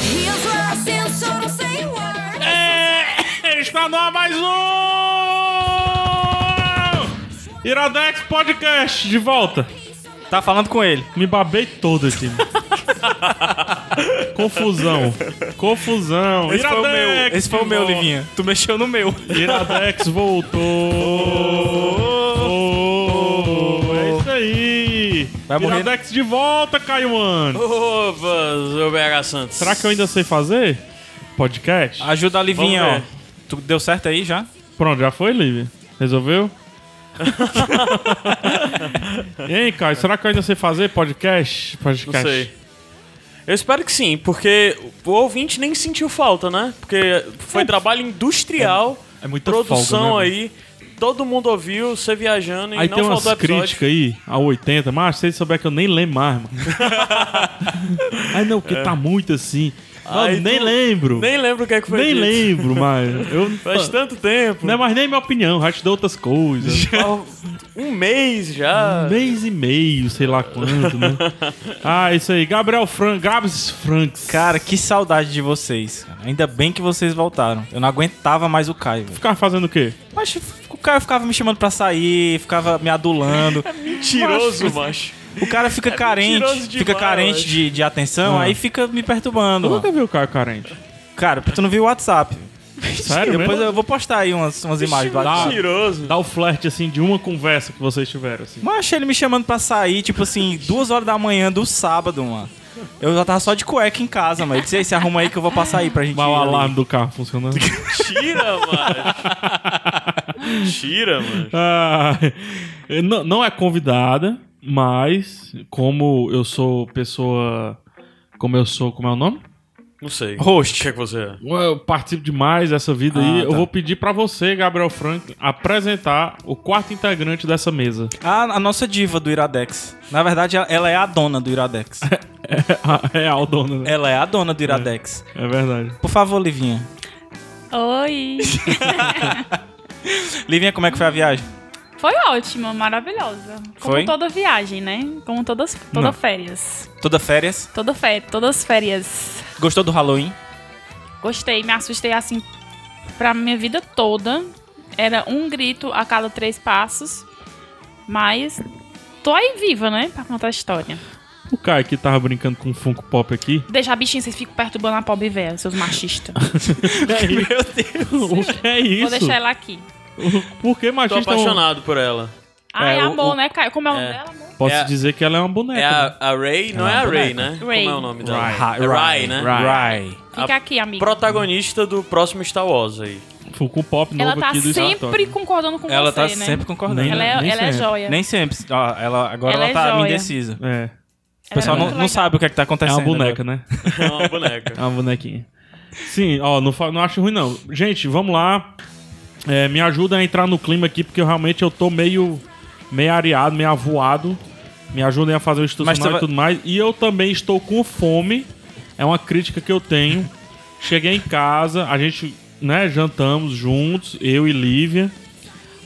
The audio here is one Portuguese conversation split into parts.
Heels were censored, say word. É, está no ar mais um Iradex Podcast de volta. Tá falando com ele. Me babei todo aqui. Confusão. Confusão. Esse foi o meu, Iradex esse foi o de meu volta. Livinha. Tu mexeu no meu. Iradex voltou. Oh. É isso aí. Vai morrer. Iradex de volta, Caiuano. Opa, seu BH Santos. Será que eu ainda sei fazer podcast? Ah. Ajuda a Livinha, Vamos ver. ó. Tu deu certo aí já? Pronto, já foi, Lívia? Resolveu? hein, Caio, será que eu ainda sei fazer podcast? Não podcast? sei. Eu espero que sim, porque o ouvinte nem sentiu falta, né? Porque foi trabalho industrial, É muita produção folga, né, aí, todo mundo ouviu, você viajando e Aí não tem umas faltou episódio. críticas aí, a 80, mas se ele souber que eu nem lembro mais, mano. Ai não, porque tá muito assim. Aí eu nem tu- lembro. Nem, Nem lembro o que, é que foi dito. lembro, mas. Eu, Faz tanto tempo. não é mais nem minha opinião, já te dou outras coisas. Um mês já. Mês e meio, sei lá quanto, né? Ah, isso aí. Gabriel Frank, Gabs Franks. Cara, que saudade de vocês. cara. Ainda bem que vocês voltaram. Eu não aguentava mais o Caio. velho. Ficar fazendo o quê? Mas o Caio ficava me chamando pra sair, ficava me adulando. Mentiroso, macho. O cara fica mentiroso carente, fica demais, carente eu de, de atenção, Ah. aí fica me perturbando. Eu ó. nunca vi o Caio carente. Cara, tu não viu o WhatsApp. Sério Depois mesmo? eu vou postar aí umas, umas imagens do WhatsApp. Mentiroso. Dá o flerte, assim, de uma conversa que vocês tiveram, assim. Mas achei ele me chamando pra sair, tipo assim, duas horas da manhã do sábado, mano. Eu já tava só de cueca em casa, mano. Ele disse, "Ei, se arruma aí que eu vou passar aí pra gente. Mas o ir ali." alarme do carro funcionando. Mentira, macho. Mentira, macho. Ah, não, não é convidada, mas como eu sou pessoa... Como eu sou... Como é o nome? Não sei. Host. O que é que você é? Eu participo demais dessa vida Ah, aí. Eu tá. vou pedir pra você, Gabriel Frank, apresentar o quarto integrante dessa mesa. A, a nossa diva do Iradex. Na verdade, ela- ela é a dona do Iradex. É real, dona. Né? ela é a dona do Iradex. É verdade. Por favor, Livinha. Oi! Livinha, como é que foi a viagem? Foi ótima, maravilhosa. Como Foi? toda viagem, né? Como todas toda Não. férias. Toda férias? Toda fé, todas férias. Gostou do Halloween? Gostei, me assustei assim pra minha vida toda. Era um grito a cada três passos. Mas tô aí viva, né? Pra contar a história. O Caio que tava brincando com o Funko Pop aqui. Deixar bichinho, vocês ficam perturbando a pobre velha, seus machistas. É Meu Deus. o que é Vou isso? deixar ela aqui. Por que Tô machista é um- apaixonado por ela. Ai, É, o- amor, o- né, Caio? Como é o nome É. dela, amor? Posso É a- dizer que ela é uma boneca. É né? a, a Ray, não Ela é a é uma Ray, boneca. né? Ray. Como é o nome dela? Ra- É Ray, né? Rai. Rai. Fica aqui, amiga. Protagonista do próximo Star Wars aí. né? Funko Pop novo Ela tá aqui do sempre Estatório. concordando com Ela você, tá né? sempre concordando. Nem- Ela é, nem ela é sempre. joia. Nem sempre. Ó, ela, agora Ela ela, é tá joia. indecisa. É. O pessoal não, não sabe o que, é que tá É acontecendo. uma boneca, né? É uma boneca. É uma bonequinha. Sim, ó, não, fa- não acho ruim não. Gente, vamos lá. É, me ajuda a entrar no clima aqui, porque eu, realmente eu tô meio, meio areado, meio avoado. Me ajudem a fazer o Mas tu institucional e vai- tudo mais. E eu também estou com fome. É uma crítica que eu tenho. Cheguei em casa, a gente, né, jantamos juntos, eu e Lívia.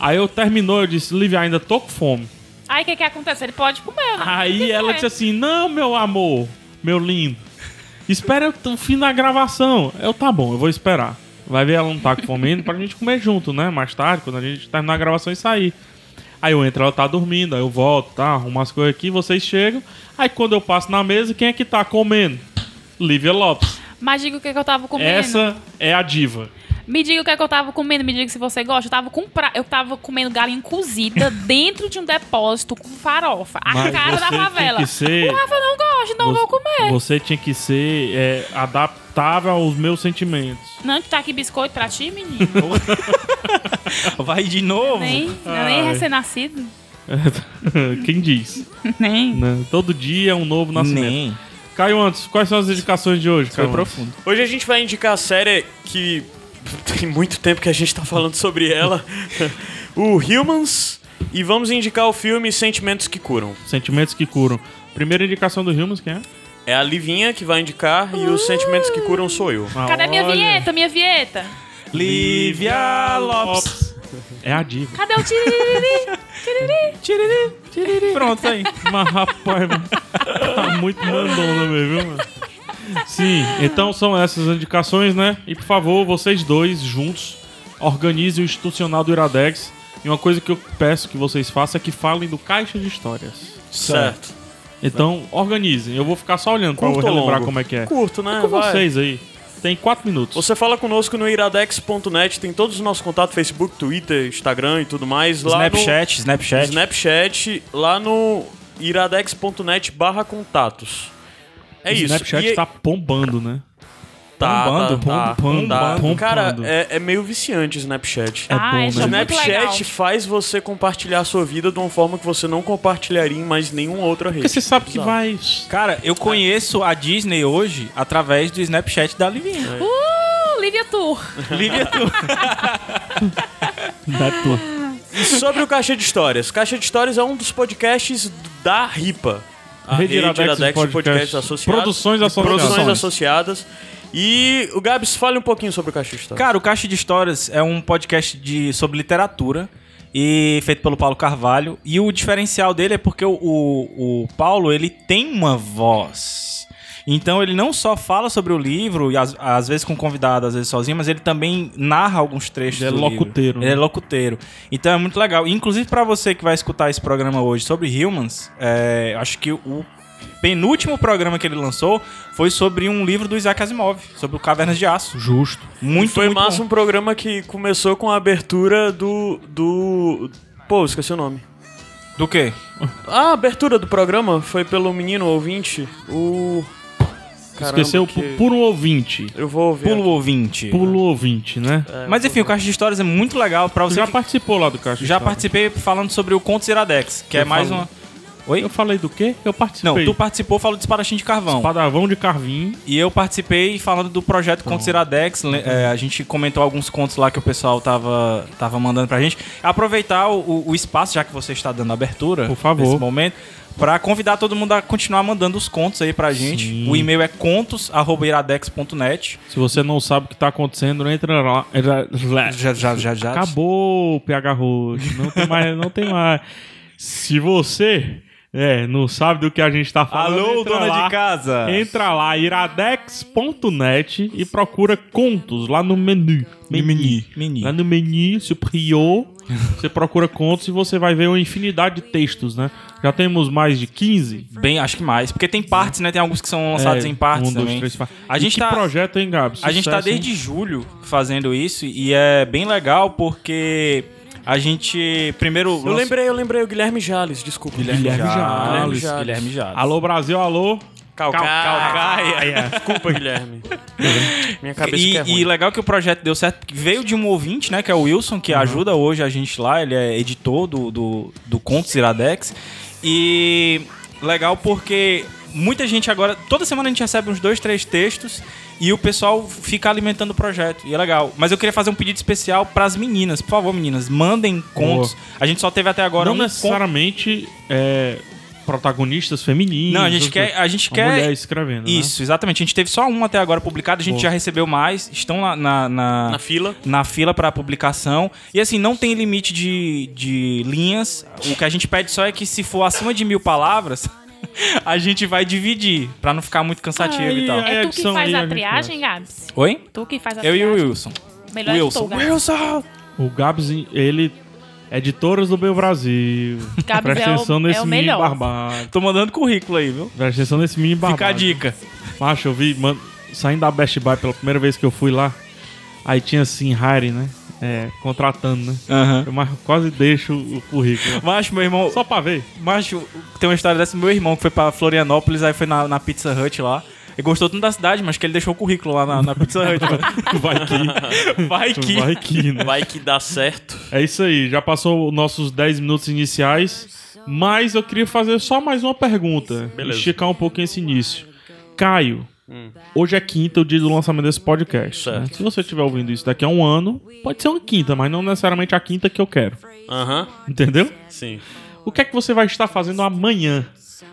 Aí eu terminou, eu disse, Lívia, ainda tô com fome. Aí o que que acontece? Ele pode comer. né? O que Aí que ela é? disse assim: Não, meu amor, meu lindo, espera eu- o fim da gravação. Eu, tá bom, eu vou esperar. Vai ver ela não tá com fome pra gente comer junto, né? Mais tarde, quando a gente terminar a gravação e sair. Aí eu entro, ela tá dormindo, aí eu volto, tá? Arrumo as coisas aqui, vocês chegam. Aí quando eu passo na mesa, quem é que tá comendo? Lívia Lopes. Mas diga o que que eu tava comendo. Essa é a diva. Me diga o que que eu tava comendo, me diga se você gosta. Eu tava com pra... eu tava comendo galinha cozida dentro de um depósito com farofa. A Mas cara da você tem favela. que ser- O Rafa não gosta, não Você- vou comer. Você tinha que ser é, adaptável aos meus sentimentos. Não, que tá aqui biscoito pra ti, menino. Vai de novo. nem, nem é recém-nascido. Quem diz? Nem. né? Todo dia é um novo nascimento. Nem. Caio Antos, quais são as indicações de hoje, Foi Caio? Antos? profundo. Hoje a gente vai indicar a série que tem muito tempo que a gente tá falando sobre ela, o Humans, e vamos indicar o filme Sentimentos que Curam. Sentimentos que curam. Primeira indicação do Humans, quem é? É a Livinha que vai indicar e os Sentimentos que Curam sou eu. Ah, Cadê minha olha. vinheta, minha vinheta? Lívia Lopes. É né? a diva. Cadê o tiriri? Tiriri? Tiriri. Pronto, tá aí. Mas, rapaz, mano, tá muito mandona mesmo, viu, mano? Sim, então são essas indicações, né? E por favor, vocês dois juntos, organizem o institucional do Iradex. E uma coisa que eu peço que vocês façam é que falem do caixa de histórias. Certo. Então, organizem. Eu vou ficar só olhando pra eu Curto ou relembrar longo? como é que é. Curto, Ah, né? Com Vai. vocês aí. Tem quatro minutos. Você fala conosco no iradex.net, tem todos os nossos contatos, Facebook, Twitter, Instagram e tudo mais. Lá no- Snapchat, Snapchat. Snapchat, lá no iradex.net barra contatos. É o isso. Snapchat E- tá bombando, né? tá, bombando, tá, tá, bombando, tá. bombando. Cara, é, é meio viciante o Snapchat. É bom, ah, isso né? é muito legal. Snapchat faz você compartilhar a sua vida de uma forma que você não compartilharia em mais nenhuma outra rede. Porque você sabe que Bizarro. vai. Cara, eu conheço a Disney hoje através do Snapchat da Livinha. Uh, Lívia Tour. Lívia, tu... E sobre o Caixa de Histórias. Caixa de Histórias é um dos podcasts da RIPA. A Rede Iradex Podcast. Podcasts Associados. Produções Associadas. Produções Associadas. E o Gabs, fale um pouquinho sobre o Caixa de Histórias. Cara, o Caixa de Histórias é um podcast de, sobre literatura e feito pelo Paulo Carvalho. E o diferencial dele é porque o, o, o Paulo ele tem uma voz. Então ele não só fala sobre o livro, e às, às vezes com um convidado, às vezes sozinho, mas ele também narra alguns trechos. Ele é do locuteiro, Livro. Ele é né? locuteiro. Então é muito legal. Inclusive pra você que vai escutar esse programa hoje sobre Humans, é, acho que o penúltimo programa que ele lançou foi sobre um livro do Isaac Asimov, sobre o Cavernas de Aço. Justo. Muito, Foi muito massa bom. um programa que começou com a abertura do. do. Pô, esqueci o nome. Ah, Do quê? A abertura do programa foi pelo menino ouvinte, o. Caramba, Esqueceu que- por um ouvinte. Eu vou ouvir. Pulo ouvinte. Pulo ouvinte, né? Mas enfim, o Caixa de Histórias é muito legal pra Você você. já que- participou lá do caixa? já de história? participei falando sobre o Contos Iradex, que Eu é mais falo. uma. Oi? Eu falei do quê? Eu Não, participei. tu participou falando do Espadachim de Carvão. Padavão de Carvinho. E eu participei falando do projeto Contos Iradex. le- Uhum. é, a gente comentou alguns contos lá que o pessoal tava, tava mandando pra gente. Aproveitar o- o, o espaço, já que você está dando abertura Por favor. nesse momento, pra convidar todo mundo a continuar mandando os contos aí pra gente. Sim. O e-mail é contos.iradex.net. Se você não sabe o que tá acontecendo, entra lá. entra lá. Já, já, já, já. Acabou o PH roxo. Não tem mais, não tem mais. Se você é, não sabe do que a gente tá falando. Alô, entra dona lá. de casa! Entra lá, iradex.net e procura contos lá no menu. menu, menu. Lá no menu superior, você procura contos e você vai ver uma infinidade de textos, né? Já temos mais de 15. Bem, acho que mais. Porque tem partes, né? Tem alguns que são lançados É, em partes um, dois, também. três, quatro. A E gente que tá- projeto, hein, Gabi? A gente tá Sucesso, hein? desde julho fazendo isso e é bem legal porque a gente primeiro Eu lembrei, eu lembrei o Guilherme Jales, desculpa. Guilherme Jales, Jales. Guilherme Jales. Alô, é. Brasil, alô. Calcaia. Calcaia. Desculpa, Guilherme. Minha cabeça E, que é ruim. e legal que o projeto deu certo, porque veio de um ouvinte, né, que é o Wilson, que ajuda hoje a gente lá, ele é editor do, do, do Contos Iradex. E legal porque muita gente agora, toda semana a gente recebe uns dois, três textos e o pessoal fica alimentando o projeto. E é legal. Mas eu queria fazer um pedido especial pras meninas. Por favor, meninas, mandem contos. A gente só teve até agora Não um conto. necessariamente é, protagonistas femininas. Não, a gente ou- quer, a gente uma quer mulher escrevendo, né? isso, exatamente. A gente teve só um até agora publicado, a gente Boa. já recebeu mais. Estão lá na, na- Na fila. na fila para publicação. E assim, não tem limite de, de linhas. O que a gente pede só é que se for acima de mil palavras, a gente vai dividir, pra não ficar muito cansativo Ai, e tal. ai. É a tu que edição faz aí, a a gente triagem, Gabs? Oi? Tu que faz a Eu e triagem. o Wilson. Melhor Wilson. de tu, Gabs. Wilson! O Gabs, ele. Editoras do meu Brasil. Gabs Presta é o- atenção é nesse o menino melhor. barbado. Tô mandando currículo aí, viu? Presta atenção nesse menino barbado. Fica a dica. Macho, eu vi, mano, saindo da Best Buy pela primeira vez que eu fui lá, aí tinha assim, hiring, né? É, contratando, né? Aham. Eu mas quase deixo o currículo. Macho, meu irmão. Só pra ver. Macho, tem uma história dessa. Meu irmão que foi pra Florianópolis, aí foi na, na Pizza Hut lá. Ele gostou tanto da cidade, mas que ele deixou o currículo lá na, na Pizza Hut. Vai que. Vai que. Vai que, né? Vai que dá certo. É isso aí, já passou os nossos 10 minutos iniciais, mas eu queria fazer só mais uma pergunta. Beleza. Esticar um pouquinho esse início. Caio, hoje é quinta, o dia do lançamento desse podcast. né? Certo. Se você estiver ouvindo isso daqui a um ano, pode ser uma quinta, mas não necessariamente a quinta que eu quero. Aham, Entendeu? sim. O que é que você vai estar fazendo amanhã?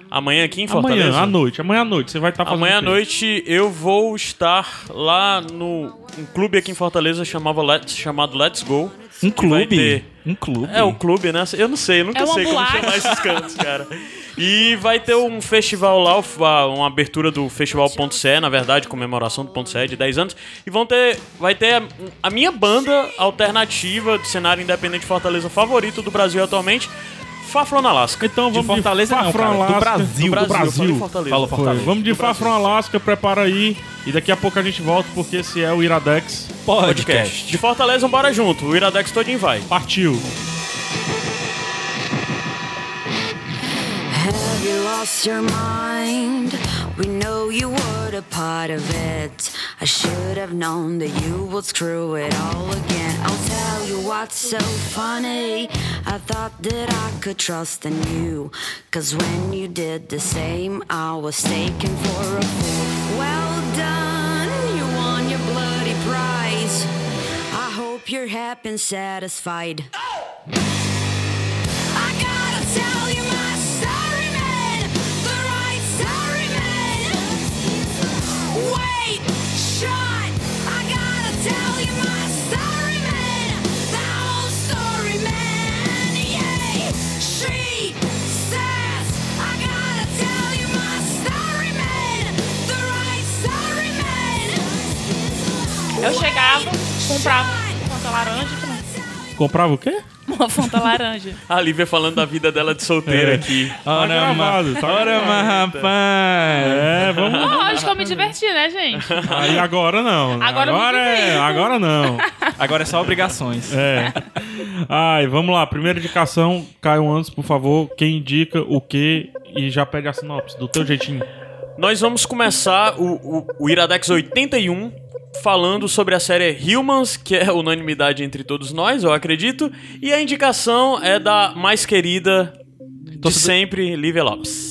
Amanhã aqui em Fortaleza? Amanhã, à noite. Amanhã à noite. Você vai estar fazendo. Amanhã à o quê? noite eu vou estar lá no um clube aqui em Fortaleza chamava Let's, chamado Let's Go. Um Vai ter. clube. Um clube. É o clube, né? Eu não sei, eu nunca É uma sei como boate. chamar esses cantos, cara. E vai ter um festival lá, uma- uma abertura do Festival Ponto C, na verdade, comemoração do Ponto C de 10 anos. E vão ter, vai ter a, a minha banda alternativa de cenário independente Fortaleza favorito do Brasil atualmente, Fafron Alaska. Então vamos de Fortaleza não, Fafron cara, do Alasca. Brasil, Do do Brasil, eu Brasil. falei Fortaleza. Fala Foi. Fortaleza. Vamos de Fafron Alaska, prepara aí. E daqui a pouco a gente volta, porque esse é o Iradex. podcast. De Fortaleza, bora junto. O Iradex todinho vai. Partiu. Have you lost your mind? We know you were a part of it. I should have known that you would screw it all again. I'll tell you what's so funny. I thought that I could trust in you. Cause when you did the same, I was taken for a fool. Well done, you won your bloody prize. I hope you're happy and satisfied. I gotta tell you my story, man. The right story, man. Wait, shot. I gotta tell you my story, man. The whole story, man. Yeah. She says I gotta tell you my story, man. The right story, man. Eu chegava, comprava uma Fanta laranja, Comprava o quê? uma Fanta laranja. A Lívia falando da vida dela de É. solteira aqui. Ora, ma- gravado, tá ora, ma- rapaz. É, vamos lá. Lógico que eu me diverti, né, gente? Aí agora não. né? Agora eu agora me é. divirto. Agora não. Agora é só obrigações. É. Ai, vamos lá. Primeira indicação, Caio antes, por favor. Quem indica o quê e já pede a sinopse, do teu jeitinho. Nós vamos começar o, o, o Iradex 81 falando sobre a série Humans, que é unanimidade entre todos nós, eu acredito. E a indicação é da mais querida de sempre, Lívia Lopes.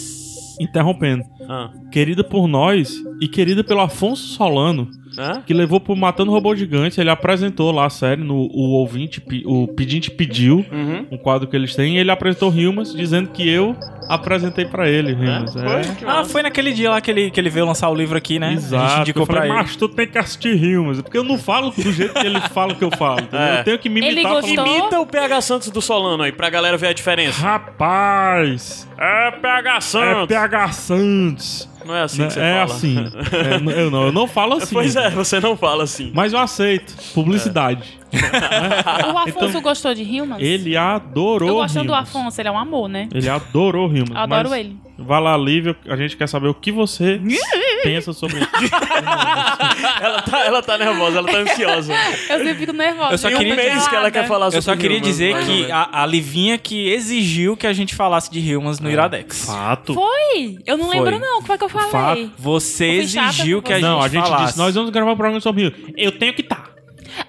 Interrompendo. Ah. Querida por nós e querida pelo Afonso Solano. É. Hã? que levou pro Matando Robô Gigante. Ele apresentou lá a série no o ouvinte, pe- o pedinte pediu, Uhum. um quadro que eles têm, e ele apresentou Rimas, dizendo que eu apresentei pra ele Rimas. É. Foi? Que Ah, massa. foi naquele dia lá que ele, que ele veio lançar o livro aqui, né? A gente Exato. indicou Eu falei, pra ele. mas tu tem que assistir Rimas, porque eu não falo do jeito que ele fala que eu falo. entendeu? É. Eu tenho que me Ele imitar. falando, gostou? Imita o PH Santos do Solano aí, pra galera ver a diferença. Rapaz, É PH é Santos! PH Santos. Não é assim Né? que você é fala. assim. É, n- eu não, eu não falo assim. Pois é, você não fala assim. Mas eu aceito. Publicidade. O Afonso Então- gostou de Hillman? Ele adorou. Eu gostando do Rimas. Afonso, ele é um amor, né? Ele adorou Rimas. Eu adoro mas- ele. Vá lá, Lívia, a gente quer saber o que você pensa sobre isso. Ela tá, ela tá nervosa, ela tá ansiosa. um Eu sempre fico nervosa. Eu só fico queria pelada. Mês que ela quer falar sobre Eu só queria é Humans, é. dizer mais ou que menos. a, a Livinha que exigiu que a gente falasse de Humans É. no Iradex. Fato. Foi? Eu não Foi. lembro, não. Como é que eu falei? Você Eu fui chata exigiu com que a você. gente Não, a gente falasse. disse, nós vamos gravar um programa sobre Rio. Eu tenho que estar.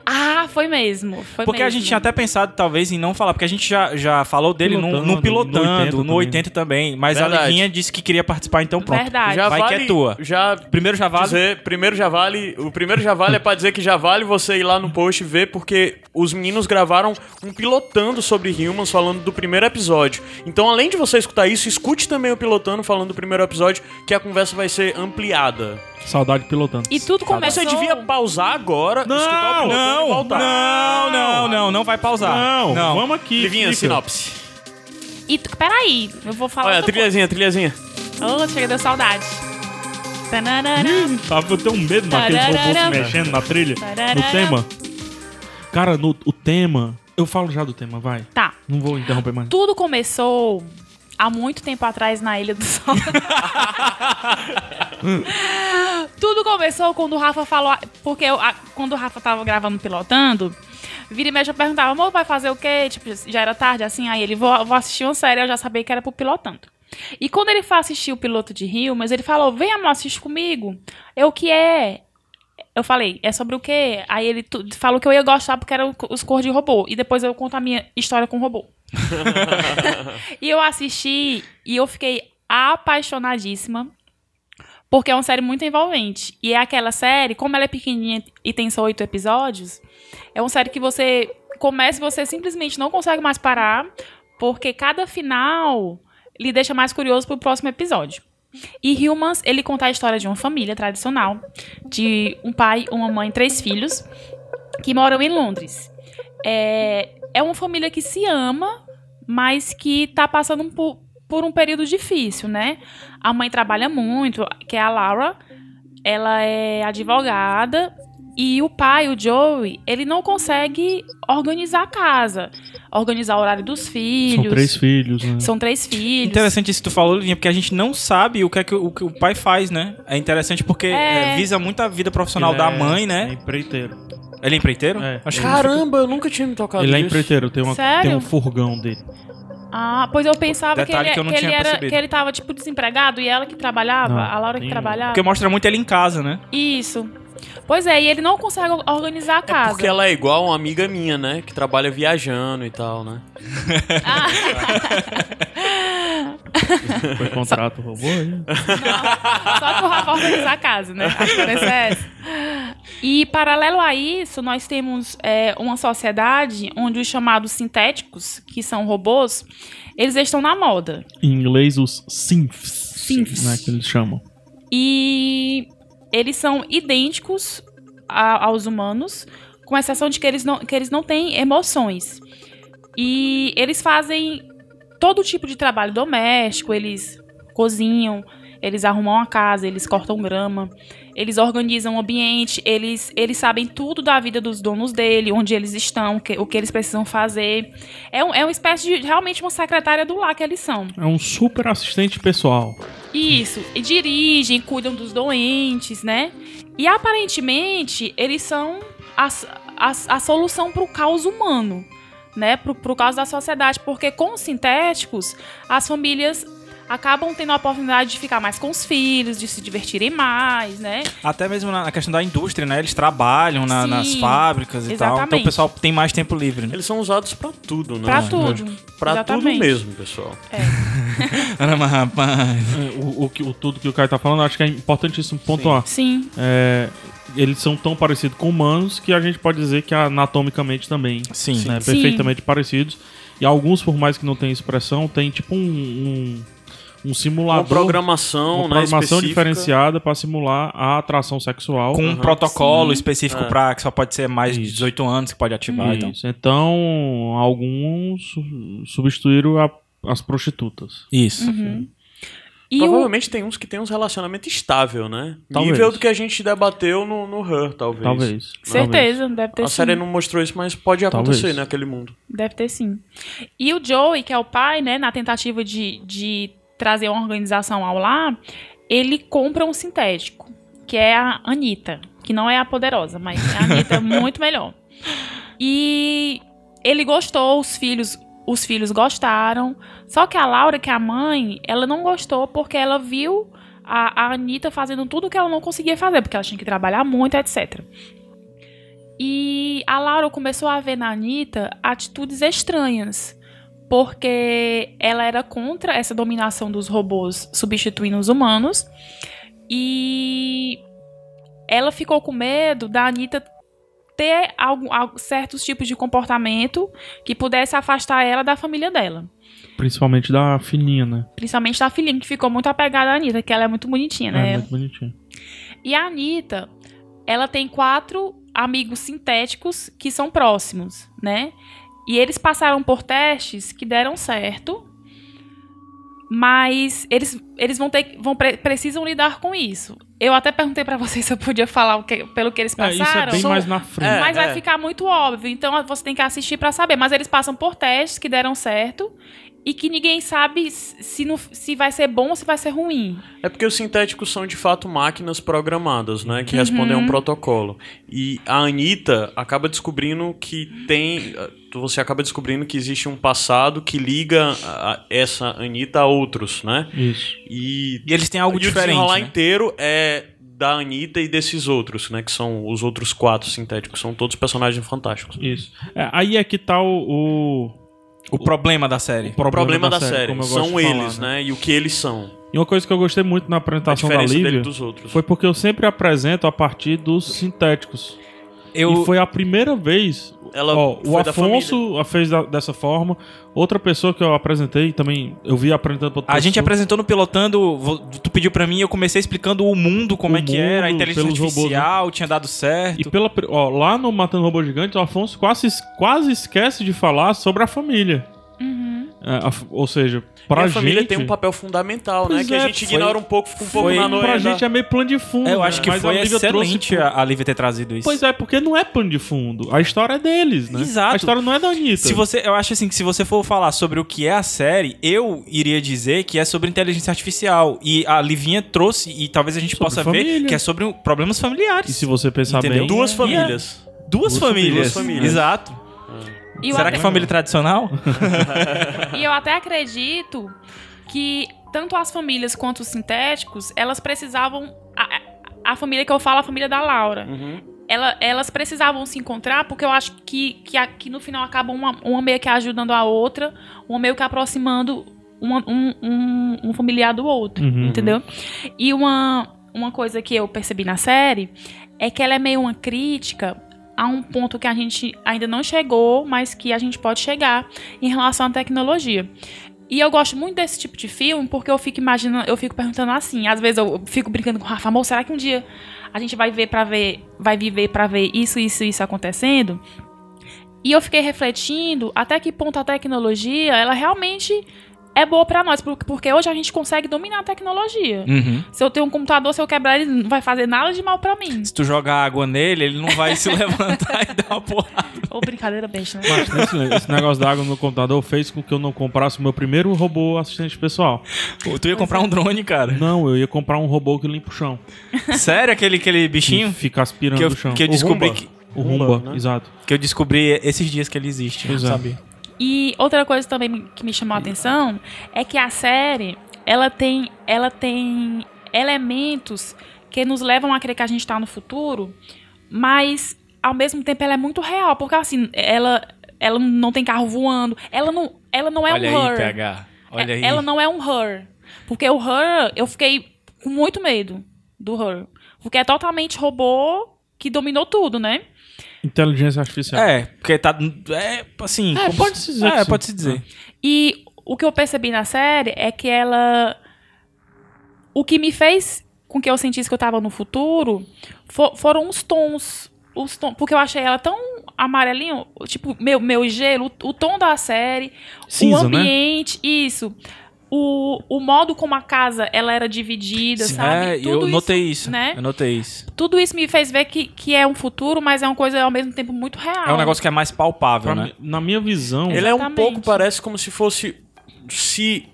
Ah, foi mesmo. Foi Porque a mesmo. gente tinha até pensado, talvez, em não falar, porque a gente já, já falou dele no, no Pilotando, no 80 pilotando, no 80, também. Mas a Verdade. Livinha disse que queria participar, então pronto. Verdade. Vai que é tua. Já Primeiro já vale. dizer, primeiro já vale, o primeiro já vale é pra dizer que já vale você ir lá no post e ver, porque os meninos gravaram um pilotando sobre Humans, falando do primeiro episódio. Então, além de você escutar isso, escute também o pilotando falando do primeiro episódio, que a conversa vai ser ampliada. Saudade pilotando. E tudo começou... Você devia pausar agora, Não, escutar o pilotando Não, e voltar. não, não, não, não vai pausar. Tá. Não, vamos aqui. Livinha, fica. sinopse. E tu- Peraí, eu vou falar... Olha, outra trilhazinha, trilhazinha. coisa. Oh, chega, deu saudade. Tananana. Sabe, eu tenho medo daqueles robôs se Tararara. mexendo na trilha. No Tararara. tema. Cara, no, o tema... Eu falo já do tema, vai. Tá. Não vou interromper mais. Tudo começou há muito tempo atrás na Ilha do Sol. Tudo começou quando o Rafa falou. Porque eu- a- quando o Rafa tava gravando pilotando, vira e mexe, eu perguntava, amor, vai fazer o quê? Tipo, já era tarde assim. Aí ele, vou, vou assistir uma série, eu já sabia que era pro pilotando. E quando ele foi assistir o piloto de Rio, mas ele falou: vem, amor, assiste comigo. Eu o que é? Eu falei, é sobre o quê? Aí ele tu- falou que eu ia gostar porque eram os cor de robô. E depois eu conto a minha história com o robô. e eu assisti e eu fiquei apaixonadíssima. Porque é uma série muito envolvente. E é aquela série, como ela é pequenininha e tem só oito episódios, é uma série que você começa e você simplesmente não consegue mais parar, porque cada final lhe deixa mais curioso pro próximo episódio. E Humans, ele conta a história de uma família tradicional, de um pai, uma mãe e três filhos, que moram em Londres. É, é uma família que se ama, mas que tá passando por, por um período difícil, né? A mãe trabalha muito, que é a Laura. Ela é advogada. E o pai, o Joey, ele não consegue organizar a casa. Organizar o horário dos filhos. São três filhos, né? São três filhos. Interessante isso que tu falou, Livinha, porque a gente não sabe o que é que o, o que o pai faz, né? É interessante porque É. é, visa muito a vida profissional Ele da é- mãe, É né? empreiteiro. Ele é empreiteiro? É. Acho que Caramba, eu nunca tinha me tocado Ele é nisso. empreiteiro, tem, uma, Sério? tem um furgão dele. Ah, pois eu pensava que Detalhe ele, que eu não que ele tinha era, percebido. que ele tava, tipo, desempregado e ela que trabalhava, Não, a Laura que tem- trabalhava. Porque mostra muito ele em casa, né? Isso. Pois é, e ele não consegue organizar a casa. Porque ela é igual uma amiga minha, né? Que trabalha viajando e tal, né? Ah, Foi contrato robô aí. Só que o Rafa organizar a casa, né? A diferença é essa. E paralelo a isso, nós temos é, uma sociedade onde os chamados sintéticos, que são robôs, eles estão na moda. Em inglês, os synths. Synths. Né, que eles chamam. E eles são idênticos a- aos humanos, com exceção de que eles, não, que eles não têm emoções. E eles fazem todo tipo de trabalho doméstico, eles cozinham, eles arrumam a casa, eles cortam grama, eles organizam o ambiente, eles, eles sabem tudo da vida dos donos dele, onde eles estão, o que, o que eles precisam fazer. É, um- é uma espécie de, realmente, uma secretária do lar que eles são. É um super assistente pessoal. Isso, e dirigem, cuidam dos doentes, né? E aparentemente eles são a, a, a solução para o caos humano, né? Pro, pro caos da sociedade, porque com os sintéticos as famílias acabam tendo a oportunidade de ficar mais com os filhos, de se divertirem mais, né? Até mesmo na na questão da indústria, né? Eles trabalham na- Sim, nas fábricas e tal. Então exatamente. o pessoal tem mais tempo livre. Né? Eles são usados pra tudo, né? Pra tudo. Pra tudo exatamente. mesmo, pessoal. Ah, mas, rapaz. É, O, o que- o tudo que o Caio tá falando, acho que é importantíssimo pontuar. Sim, É, eles são tão parecidos com humanos que a gente pode dizer que anatomicamente também. Sim. né, Sim. perfeitamente parecidos. E alguns, por mais que não tenham expressão, tem tipo um, um, um simulador. Uma programação, uma né? programação específica. diferenciada para simular a atração sexual. Com um protocolo específico É. pra que só pode ser mais de Uhum. Isso. Uhum. 18 anos que pode ativar. Então. Isso. Então, alguns su- substituíram a- as prostitutas. Isso. Uhum. e o, Provavelmente tem uns que tem uns relacionamento estável, né? Talvez. Nível do que a gente debateu no, no Her, talvez. Talvez. certeza, deve ter A sido. série não mostrou isso, mas pode Talvez. acontecer naquele mundo. Deve ter sim. E o Joey, que é o pai, né, na tentativa de, de trazer uma organização ao lar, ele compra um sintético, que é a Anitta, que não é a poderosa, mas a Anitta é muito melhor. E ele gostou, os filhos, os filhos gostaram. Só que a Laura, que é a mãe, ela não gostou porque ela viu a, a Anitta fazendo tudo que ela não conseguia fazer, porque ela tinha que trabalhar muito, etc. E a Laura começou a ver na Anitta atitudes estranhas. Porque ela era contra essa dominação dos robôs substituindo os humanos. E ela ficou com medo da Anitta ter algum, al- certos tipos de comportamento que pudesse afastar ela da família dela. Principalmente da filhinha, né? Principalmente da filhinha, que ficou muito apegada à Anitta, que ela é muito bonitinha, né? É, muito bonitinho. E a Anitta, ela tem quatro amigos sintéticos que são próximos, né? E eles passaram por testes que deram certo, mas eles, eles vão ter que- vão pre- precisam lidar com isso. Eu até perguntei pra vocês se eu podia falar o que- pelo que eles É, isso é passaram. bem mais na frente. Mas é. vai ficar muito óbvio. Então você tem que assistir pra saber. Mas eles passam por testes que deram certo e que ninguém sabe se, se não- se vai ser bom ou se vai ser ruim. É porque os sintéticos são de fato máquinas programadas, né? Que respondem a Uhum. um protocolo. E a Anitta acaba descobrindo que tem. eh, Você acaba descobrindo que existe um passado que liga a- a essa Anitta a outros, né? Isso. E, E eles têm algo e o diferente. desenrolar né? inteiro é da Anitta e desses outros, né? Que são os outros quatro sintéticos. São todos personagens fantásticos. Isso. É, aí é que tá o. o- O problema da série. O problema da, série, como eu gosto são de falar, né? eles, né? E o que eles são. E uma coisa que eu gostei muito na A apresentação da diferença dele Lívia dos outros. foi porque eu sempre apresento a partir dos sintéticos. Eu, E foi a primeira vez. Ela ó, o foi da Afonso a fez da- dessa forma. Outra pessoa que eu apresentei também, eu vi apresentando pra outra a gente pessoa. apresentou no Pilotando, vo- tu pediu pra mim, eu comecei explicando o mundo, como O é que era, a mundo, inteligência pelos robôs, né? artificial, tinha dado certo. E pela, pri- ó, lá no Matando Robô Gigante, o Afonso quase, es- quase esquece de falar sobre a família. É, a f- ou seja, pra e a gente. família tem um papel fundamental, né? Pois Que a é, gente foi- ignora um pouco, fica um pouco foi- na pra noite. Pra gente é meio plano de fundo. eu acho né? que Mas foi a Lívia trouxe excelente a, a Lívia ter trazido isso. Pois é, porque não é pano de fundo. A história é deles, né? Exato. A história não é da Anitta. Se você, eu acho assim que se você for falar sobre o que é a série, eu iria dizer que é sobre inteligência artificial e a Livinha trouxe e talvez a gente Sobre possa ver família. que é sobre o- problemas familiares. E se você pensar Entendeu? bem. Duas E é- famílias. Duas, Duas famílias. famílias. Duas famílias. Exato. E eu Será até- que é família tradicional? E eu até acredito que tanto as famílias quanto os sintéticos, elas precisavam. A, a- a família que eu falo, a família da Laura. Uhum. Ela- elas precisavam se encontrar, porque eu acho que, que, a- que no final acaba uma, uma meio que ajudando a outra, uma meio que aproximando uma- um, um, um familiar do outro. Uhum. Entendeu? E uma, uma coisa que eu percebi na série é que ela é meio uma crítica a um ponto que a gente ainda não chegou, mas que a gente pode chegar em relação à tecnologia. E eu gosto muito desse tipo de filme porque eu fico imaginando, eu fico perguntando assim, às vezes eu fico brincando com o Rafa, amor, será que um dia a gente vai ver para ver, vai viver para ver isso, isso, isso acontecendo? E eu fiquei refletindo até que ponto a tecnologia, ela realmente é boa para nós, por- porque hoje a gente consegue dominar a tecnologia. Uhum. Se eu tenho um computador, se eu quebrar ele, não vai fazer nada de mal para mim. Se tu jogar água nele, ele não vai se levantar e dar uma porrada. Ou brincadeira besta, né? Mas esse, esse negócio da água no computador fez com que eu não comprasse o meu primeiro robô assistente pessoal. Pô, Tu ia comprar é. um drone, cara. Não, eu ia comprar um robô que limpa o chão. Sério aquele, aquele Que bichinho? fica aspirando Que eu- o chão. que eu O descobri Roomba. que- O Rumba, Roomba, né? exato. Que eu descobri esses dias que ele existe. Pois não é. Ah, sabia. E outra coisa também que me chamou a atenção é que a série, ela tem, ela tem elementos que nos levam a crer que a gente tá no futuro, mas ao mesmo tempo ela é muito real, porque assim, ela ela não tem carro voando, ela não, ela não é Olha um aí, her. PH. Olha É- aí. Ela não é um her. Porque o her, eu fiquei com muito medo do her, porque é totalmente robô que dominou tudo, né? Inteligência artificial. É, porque tá. É, assim. É, como pode se dizer É, que sim. pode se dizer. E o que eu percebi na série é que ela. O que me fez com que eu sentisse que eu tava no futuro fo- foram os tons. Os tons. Porque eu achei ela tão amarelinho, tipo, meu, meu gelo, o, o tom da série, Cinza, o né? ambiente, isso. O, o modo como a casa ela era dividida, sabe? É, eu Tudo notei isso. É. né? Eu notei isso. Tudo isso me fez ver que, que é um futuro, mas é uma coisa ao mesmo tempo muito real. É um negócio que é mais palpável, Pra né? mi- na minha visão, Ele é um Exatamente. pouco, parece como se fosse. Se.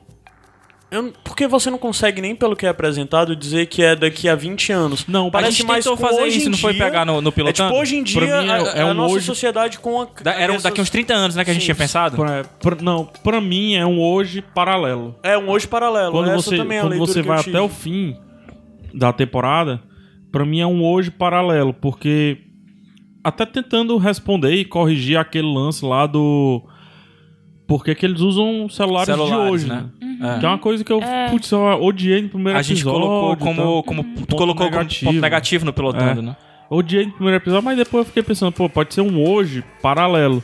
eu não- porque você não consegue nem pelo que é apresentado dizer que é daqui a 20 anos. Não, a parece a gente mais tentou com fazer hoje isso, em não foi dia- pegar no, no É pilotando? tipo, hoje em dia, mim, é- a, é a um nossa hoje- sociedade com a. Da- era um- daqui uns 30 anos, né, que a gente Sim, tinha sim. pensado? pra- pra- não, pra mim é um hoje paralelo. É um hoje paralelo. Quando Essa você, também é a quando leitura você que vai eu até o tive. fim da temporada, pra mim é um hoje paralelo, porque até tentando responder e corrigir aquele lance lá do por que que eles usam celulares, de Celulares, hoje, né? né? É. Que é uma coisa que eu, putz, eu odiei no primeiro a gente episódio. colocou e tal. como, como, tu Ponto colocou como ponto negativo. negativo no pilotando, É. né? Odiei no primeiro episódio, mas depois eu fiquei pensando, pô, pode ser um hoje paralelo.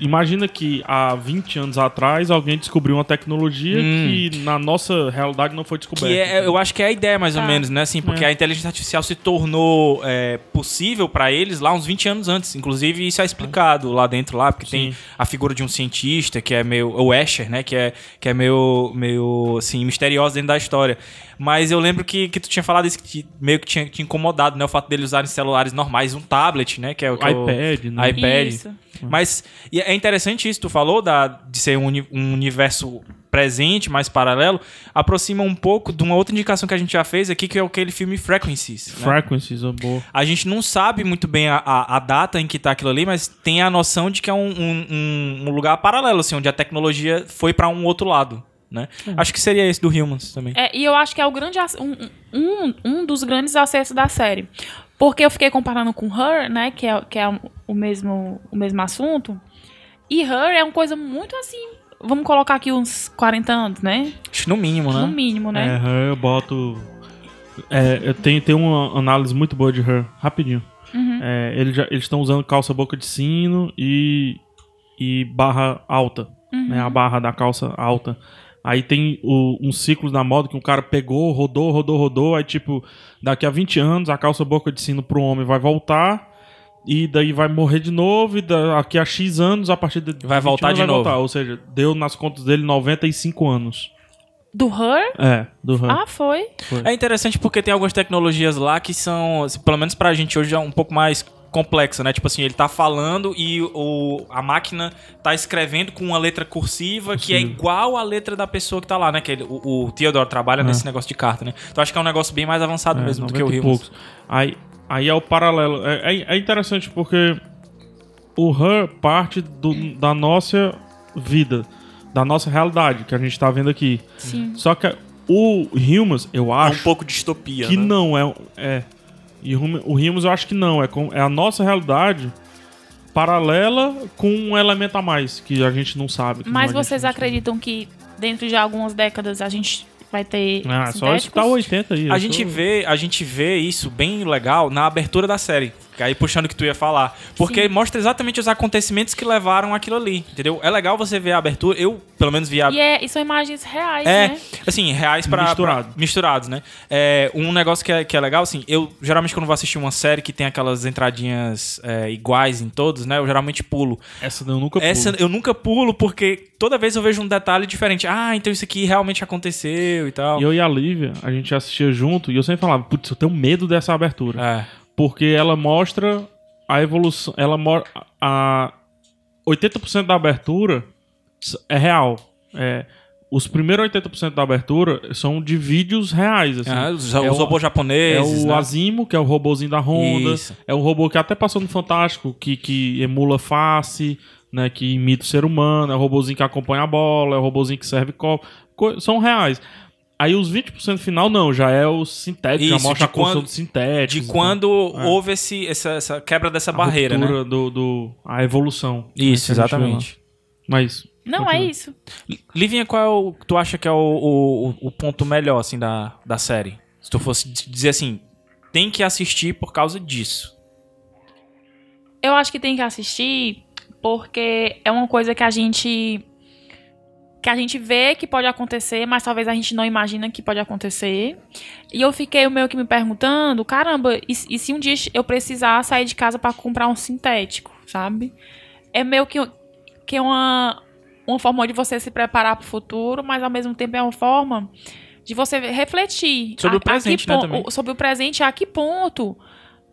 Imagina que há 20 anos atrás alguém descobriu uma tecnologia que na nossa realidade não foi descoberta. Hum. Que é, eu acho que é a ideia, mais ou Tá. menos, né? Assim, porque a inteligência artificial se tornou é, possível pra eles lá uns 20 anos antes. Inclusive, isso é explicado lá dentro, lá, porque tem Sim. a figura de um cientista que é meio. O Escher, né? Que é, que é meio, meio assim, misteriosa dentro da história. Mas eu lembro que, que tu tinha falado isso que te- meio que tinha te incomodado, né? O fato deles usarem celulares normais, um tablet, né? Que é o que é o- iPad, né? iPad. Isso. Mas e é interessante isso, tu falou da, de ser um, uni- um universo presente, mais paralelo, aproxima um pouco de uma outra indicação que a gente já fez aqui, que é aquele filme Frequencies. né? Frequencies, é boa. A gente não sabe muito bem a, a- a data em que tá aquilo ali, mas tem a noção de que é um, um- um- um lugar paralelo, assim, onde a tecnologia foi pra um outro lado, né? Acho que seria esse do Humans também. É, e eu acho que é o grande ac- um, um, um dos grandes acessos da série. Porque eu fiquei comparando com Her, né? Que é, que é o, mesmo, o mesmo assunto. E Her é uma coisa muito assim. Vamos colocar aqui uns 40 anos, né? Acho que no mínimo, né? No mínimo, né? É, eu boto. É, eu tenho, tem uma análise muito boa de Her, rapidinho. É, ele já- eles estão usando calça boca de sino e, e barra alta, né? A barra da calça alta. Aí tem o- um ciclo na moda que um cara pegou, rodou, rodou, rodou. Aí, tipo, daqui a 20 anos a calça boca de sino pro homem vai voltar. E daí vai morrer de novo. E daqui a X anos, a partir de. Vai 20 voltar anos, de vai novo. Ou seja, deu nas contas dele 95 anos. Do Her? É, do Her. Ah, foi. É interessante porque tem algumas tecnologias lá que são, assim, pelo menos pra gente hoje, é um pouco mais complexa, né? Tipo assim, ele tá falando e o, a máquina tá escrevendo com uma letra cursiva que é igual à letra da pessoa que tá lá, né? Que ele- o, o Theodore trabalha nesse negócio de carta, né? Então acho que é um negócio bem mais avançado É, mesmo do que o 90 e Rio. poucos. Aí, aí é o paralelo. É, é- é interessante porque o Her parte do- da nossa vida, da nossa realidade que a gente tá vendo aqui. Sim. Só que o Humans, eu É acho um pouco distopia, que né? não é. é. E Hum- o Rimos eu acho que não. É, com- é a nossa realidade paralela com um elemento a mais que a gente não sabe. que Mas não- a gente vocês não sabe. acreditam que dentro de algumas décadas a gente vai ter. Ah, só sintéticos? escutar o 80 aí. A eu gente tô- vê, a gente vê isso bem legal na abertura da série. Aí puxando o que tu ia falar, porque mostra exatamente os acontecimentos que levaram aquilo ali, entendeu? É legal você ver a abertura. Eu, pelo menos vi a E, é, e são imagens reais, É, né? assim, reais pra, Misturado. pra- misturados, né? É, um negócio que é, que é legal, assim, eu geralmente quando vou assistir uma série que tem aquelas entradinhas é, iguais em todos, né? Eu geralmente pulo. Essa eu nunca Essa pulo. eu nunca pulo porque toda vez eu vejo um detalhe diferente. Ah, então isso aqui realmente aconteceu e tal. E eu e a Lívia, a gente assistia junto e eu sempre falava, putz, eu tenho medo dessa abertura. É. Porque ela mostra a evolução. Ela mora. A 80% da abertura s- é real. É, os primeiros 80% da abertura são de vídeos reais. Assim. Ah, os, É os o- é robôs japoneses, o né? Azimo, que é o robozinho da Honda. Isso. É um robô que até passou no Fantástico, que, que emula face, né? Que imita o ser humano. É o robozinho que acompanha a bola, é o robozinho que serve copo. Co- são reais. Aí os 20% final, não, já é o sintético, já Isso, mostra a de quando- construção do sintético. De quando houve esse, essa, essa quebra dessa barreira, né? É. ruptura do, do- a evolução. né, Isso, que a gente exatamente. vê lá. Mas Não é Continua. isso. Livinha, qual é o que tu acha que é o, o, o- o ponto melhor, assim, da, da série? Se tu fosse d- dizer assim, tem que assistir por causa disso. Eu acho que tem que assistir porque é uma coisa que a gente que a gente vê que pode acontecer, mas talvez a gente não imagina que pode acontecer. E eu fiquei meio que me perguntando, caramba, e, se- e se um dia eu precisar sair de casa pra comprar um sintético, sabe? É meio que que é uma uma forma de você se preparar pro futuro, mas ao mesmo tempo é uma forma de você refletir Sobre a- o a que presente, né, pon- também. o- sobre o presente, a que ponto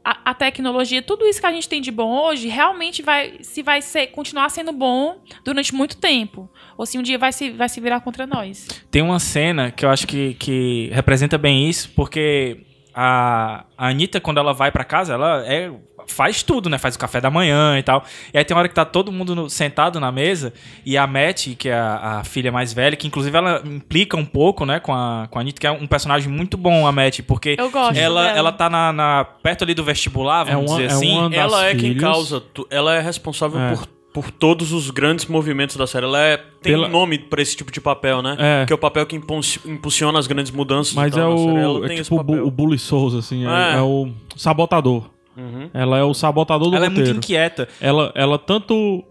a, a tecnologia, tudo isso que a gente tem de bom hoje, realmente vai se vai ser, continuar sendo bom durante muito tempo. Ou se um dia vai se, vai se virar contra nós. Tem uma cena que eu acho que, que representa bem isso, porque a, a Anitta, quando ela vai pra casa, ela é- faz tudo, né? Faz o café da manhã e tal. E aí tem uma hora que tá todo mundo no- sentado na mesa e a Matt, que é a, a filha mais velha, que inclusive ela implica um pouco, né, com a, com a Anitta, que é um personagem muito bom, a Matt, porque... Eu gosto. Ela, dela. ela tá na, na- perto ali do vestibular, É vamos uma- dizer é assim. uma- das Ela é quem filhas. causa, tu- ela é responsável É. por por todos os grandes movimentos da série. Ela é, tem Pela- um nome pra esse tipo de papel, né? É. Que é o papel que impulsi- impulsiona as grandes mudanças. e Mas é tal na série. Então, Ela o. É tem esse tipo o, bu- papel. o Bully Souls, assim. É, Ah. É. é o Uhum. sabotador. Ela é o sabotador do Ela é muito roteiro. inquieta. ela, ela tanto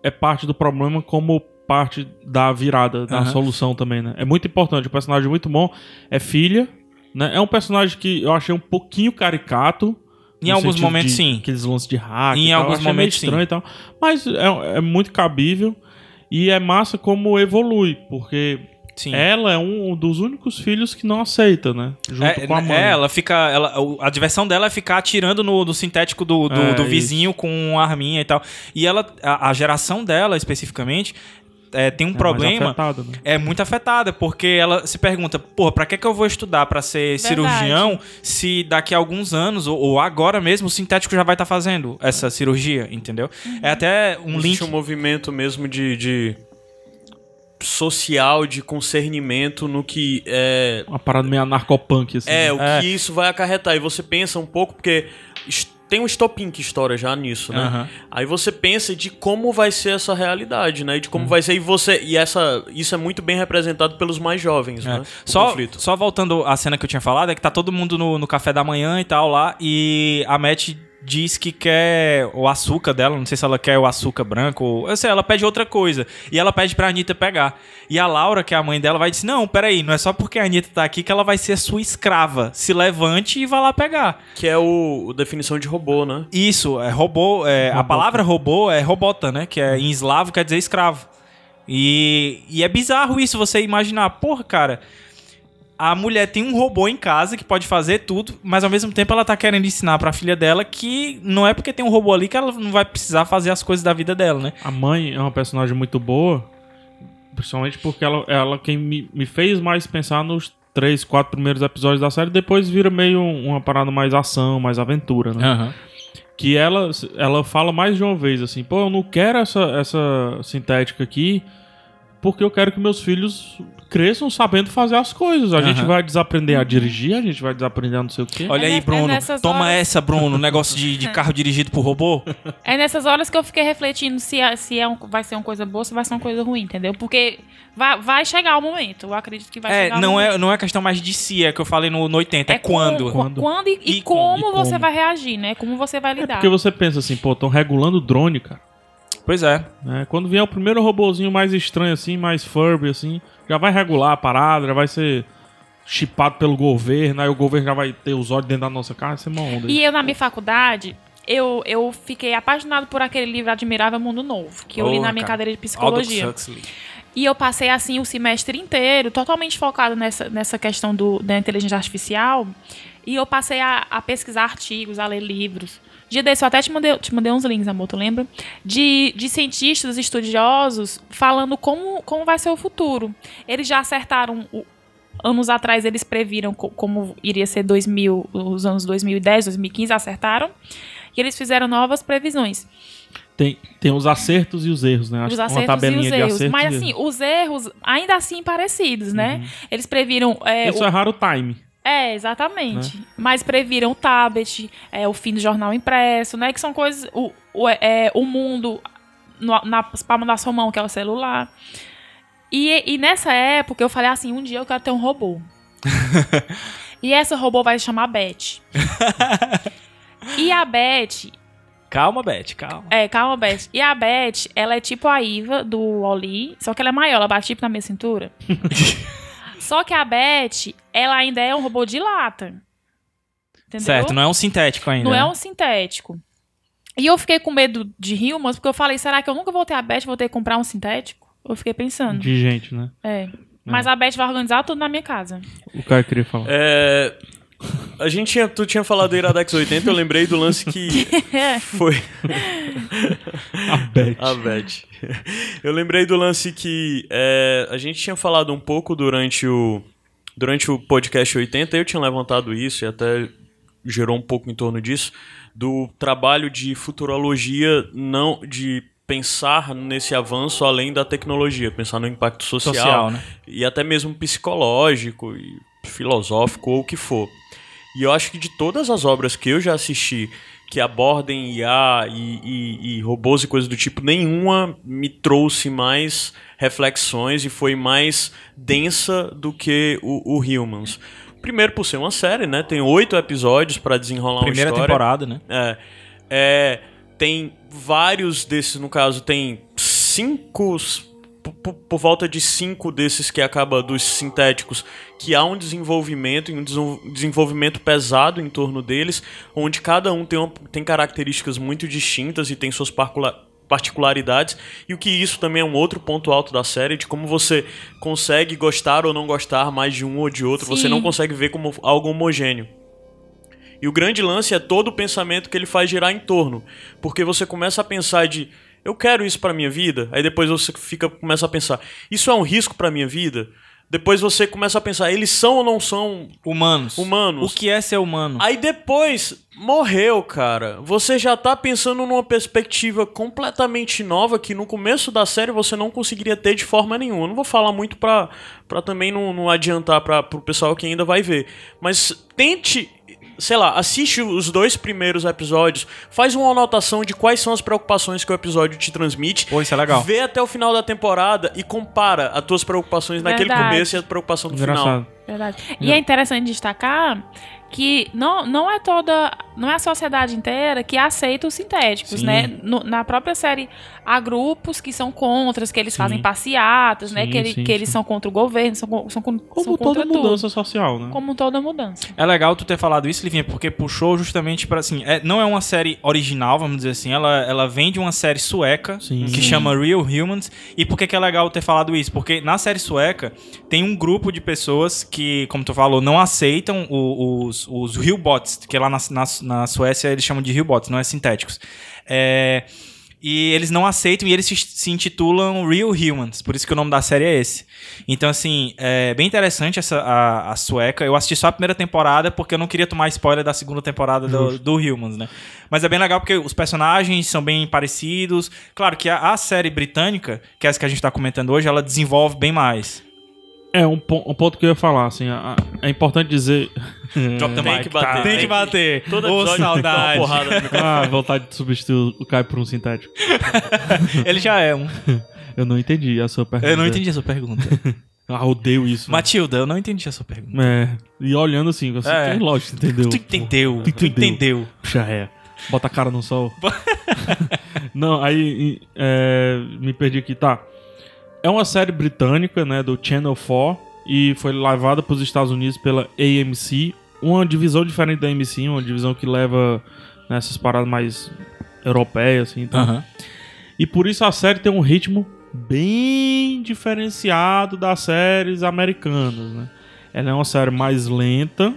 é parte do problema como parte da virada, da Aham. solução também, né? É muito importante, o personagem é muito bom, é filha, né? É um personagem que eu achei um pouquinho caricato. Em no alguns sentido momentos, de sim. Aqueles lances de hack. Em e tal, alguns achei meio momentos, sim. estranho e tal. Mas é, é muito cabível. E é massa como evolui, porque Sim. ela é um dos únicos filhos que não aceita, né? Junto É, com a mãe. é, ela fica. Ela, o- a diversão dela é ficar atirando no, no sintético do, do, É, do vizinho com a arminha e tal. E ela, a, a geração dela especificamente, é, tem um É mais problema. afetada, né? É muito afetada, porque ela se pergunta, porra, pra que, que eu vou estudar pra ser Verdade. cirurgião se daqui a alguns anos, ou, ou agora mesmo, o sintético já vai estar fazendo essa cirurgia, entendeu? É até um link. Existe um movimento mesmo de, de social, de concernimento no que é, Uma parada meio anarcopunk, assim. é né? o que isso vai acarretar. E você pensa um pouco, porque es- tem um estopim que estoura já nisso, né? Aham. Aí você pensa de como vai ser essa realidade, né? E de Hum. como vai ser. E você. E essa, isso é muito bem representado pelos mais jovens, É. né? O Só, conflito. só voltando à cena que eu tinha falado, é que tá todo mundo no, no café da manhã e tal lá, e a Matt diz que quer o açúcar dela, não sei se ela quer o açúcar branco, ou, eu sei, ela pede outra coisa, e ela pede pra Anitta pegar. E a Laura, que é a mãe dela, vai dizer, não, peraí, não é só porque a Anitta tá aqui que ela vai ser sua escrava, se levante e vá lá pegar. Que é o, o definição de robô, né? Isso, é robô, é, a Robota. palavra robô é robota, né, que é, em eslavo quer dizer escravo. E, e é bizarro isso, você imaginar, porra, cara, a mulher tem um robô em casa que pode fazer tudo, mas ao mesmo tempo ela tá querendo ensinar pra filha dela que não é porque tem um robô ali que ela não vai precisar fazer as coisas da vida dela, né? A mãe é uma personagem muito boa, principalmente porque ela, ela quem me, me fez mais pensar nos três, quatro primeiros episódios da série, depois vira meio um- uma parada mais ação, mais aventura, É. né? Uhum. Que ela, ela fala mais de uma vez assim, pô, eu não quero essa, essa sintética aqui, porque eu quero que meus filhos cresçam sabendo fazer as coisas. A gente Aham. vai desaprender a dirigir, a gente vai desaprender a não sei o quê. Olha É aí, ne- é Bruno. nessas Toma horas- essa, Bruno. um Negócio de, de carro dirigido por robô. É nessas horas que eu fiquei refletindo se, é- se é um- vai ser uma coisa boa, se vai ser uma coisa ruim, entendeu? Porque vai, vai chegar o momento. Eu acredito que vai é, chegar o não momento. é, não é questão mais de si, é que eu falei no, no 80. É, quando. Quando, quando e, e E como como, e você como. É vai reagir, né? Como você vai lidar. Porque você pensa assim, pô, estão regulando o drone, cara. Pois é. né? Quando vier o primeiro robozinho mais estranho, assim, mais Furby, assim, já vai regular a parada, já vai ser chipado pelo governo, aí o governo já vai ter os olhos dentro da nossa cara, isso é uma onda. E eu, na minha faculdade, eu, eu fiquei apaixonado por aquele livro Admirável Mundo Novo, que eu li Porra, na minha cara. cadeira de Aldous psicologia. Huxley. E eu passei, assim, o semestre inteiro totalmente focado nessa, nessa questão do, da inteligência artificial. E eu passei a, a pesquisar artigos, a ler livros. Dia desse, eu até te mandei, te mandei uns links, amor, tu lembra? De, de cientistas, estudiosos, falando como, como vai ser o futuro. Eles já acertaram... o- anos atrás, eles previram co- como iria ser 2000, os anos 2010, 2015, acertaram. E eles fizeram novas previsões. Tem, tem os acertos e os erros, né? Acho Os que uma acertos e tabelinha os de erros. acertos e Uhum. Mas erros. assim, os erros ainda assim parecidos, né? Eles previram. É, Eles o- só erraram o time. é, exatamente. Né? Mas previram o tablet, é, o fim do jornal impresso, né? Que são coisas. O, o, é, o mundo no, na palma da sua mão, que é o celular. E, e nessa época eu falei assim: um dia eu quero ter um robô. e essa robô vai se chamar Beth. e a Beth, Calma, Beth, calma. é, calma, Beth. E a Beth, ela é tipo a Iva do Oli, só que ela é maior, ela bate tipo na minha cintura. só que a Beth, ela ainda é um robô de lata. Entendeu? Certo, não é um sintético ainda. Não é né? um sintético. E eu fiquei com medo de Humans, porque eu falei, será que eu nunca vou ter a Beth, vou ter que comprar um sintético? Eu fiquei pensando. De gente, né? É. Mas a Beth vai organizar tudo na minha casa. O cara queria falar. É, a gente tinha, tu tinha falado do Iradex 80, eu lembrei do lance que foi A Beth. Ah, a Beth. Eu lembrei do lance que é, a gente tinha falado um pouco durante o durante o podcast 80, eu tinha levantado isso e até gerou um pouco em torno disso do trabalho de futurologia não de pensar nesse avanço além da tecnologia, pensar no impacto social, Social, né? e até mesmo psicológico e filosófico ou o que for. E eu acho que de todas as obras que eu já assisti que abordem IA e, e- e robôs e coisas do tipo, nenhuma me trouxe mais reflexões e foi mais densa do que o, o Humans. Primeiro por ser uma série, né? Tem oito episódios pra desenrolar Primeira uma história. temporada, né? É, É, tem vários desses, no caso, tem cinco. po- po- Por volta de cinco desses que acaba dos sintéticos, que há um desenvolvimento, e um desen- desenvolvimento pesado em torno deles, onde cada um tem, uma- tem características muito distintas e tem suas parcula- particularidades, e o que isso também é um outro ponto alto da série, de como você consegue gostar ou não gostar mais de um ou de outro, você Sim. não consegue ver como algo homogêneo. E o grande lance é todo o pensamento que ele faz girar em torno. Porque você começa a pensar de eu quero isso pra minha vida, aí depois você fica começa a pensar, isso é um risco pra minha vida? Depois você começa a pensar, eles são ou não são Humanos. humanos? O que é ser humano? Aí depois morreu, cara. Você já tá pensando numa perspectiva completamente nova que no começo da série você não conseguiria ter de forma nenhuma. Eu não vou falar muito pra, pra também não, não adiantar pra, pro pessoal que ainda vai ver. Mas tente. Sei lá, assiste os dois primeiros episódios, faz uma anotação de quais são as preocupações que o episódio te transmite. Pô, isso é legal. Vê até o final da temporada e compara as tuas preocupações naquele Verdade. começo e a preocupação do final. Engraçado. Verdade. E é interessante destacar que não, não é toda. Não é a sociedade inteira que aceita os sintéticos, Sim. né? No- na própria série há grupos que são contra, que eles fazem passeatas, né? Sim, Que, ele- sim, que eles sim. são contra o governo, são, con- são, con- são Como contra toda tudo. mudança social, né? Como toda mudança. É legal tu ter falado isso, Livinha, porque puxou justamente pra assim. é- não é uma série original, vamos dizer assim. Ela, ela vem de uma série sueca Sim. que chama Real Humans. E por que, que é legal ter falado isso? Porque na série sueca tem um grupo de pessoas que, como tu falou, não aceitam o- os, os Realbots, que lá na, na, na Suécia eles chamam de Realbots, não é sintéticos. É, E eles não aceitam e eles se, se intitulam Real Humans, por isso que o nome da série é esse. Então, assim, é bem interessante essa, a, a sueca. Eu assisti só a primeira temporada porque eu não queria tomar spoiler da segunda temporada do, do Humans, né? Mas é bem legal porque os personagens são bem parecidos. Claro que a, a série britânica, que é essa que a gente tá comentando hoje, ela desenvolve bem mais. É, um, pon- um ponto que eu ia falar, assim, a- a- é importante dizer... Drop the Hum. Tem mic. que bater, Tá. tem Tem que- que bater. Todo Ô, episódio tem que dar uma saudade. porrada no microfone. Ah, vontade de substituir o Caio por um sintético. Ele já é um. Eu não entendi a sua pergunta. Eu não entendi a sua pergunta. Ah, odeio isso. Matilda, eu não entendi a sua pergunta. É, e olhando assim, assim É. é. lógico, entendeu? Tu entendeu? Tu Tu entendeu? Puxa ré. Bota a cara no sol. Não, aí e, é, me perdi aqui, tá. É uma série britânica, né, do Channel 4 e foi levada para os Estados Unidos pela AMC, uma divisão diferente da AMC, uma divisão que leva nessas paradas mais europeias assim, então. Aham. E por isso a série tem um ritmo bem diferenciado das séries americanas, né? Ela é uma série mais lenta,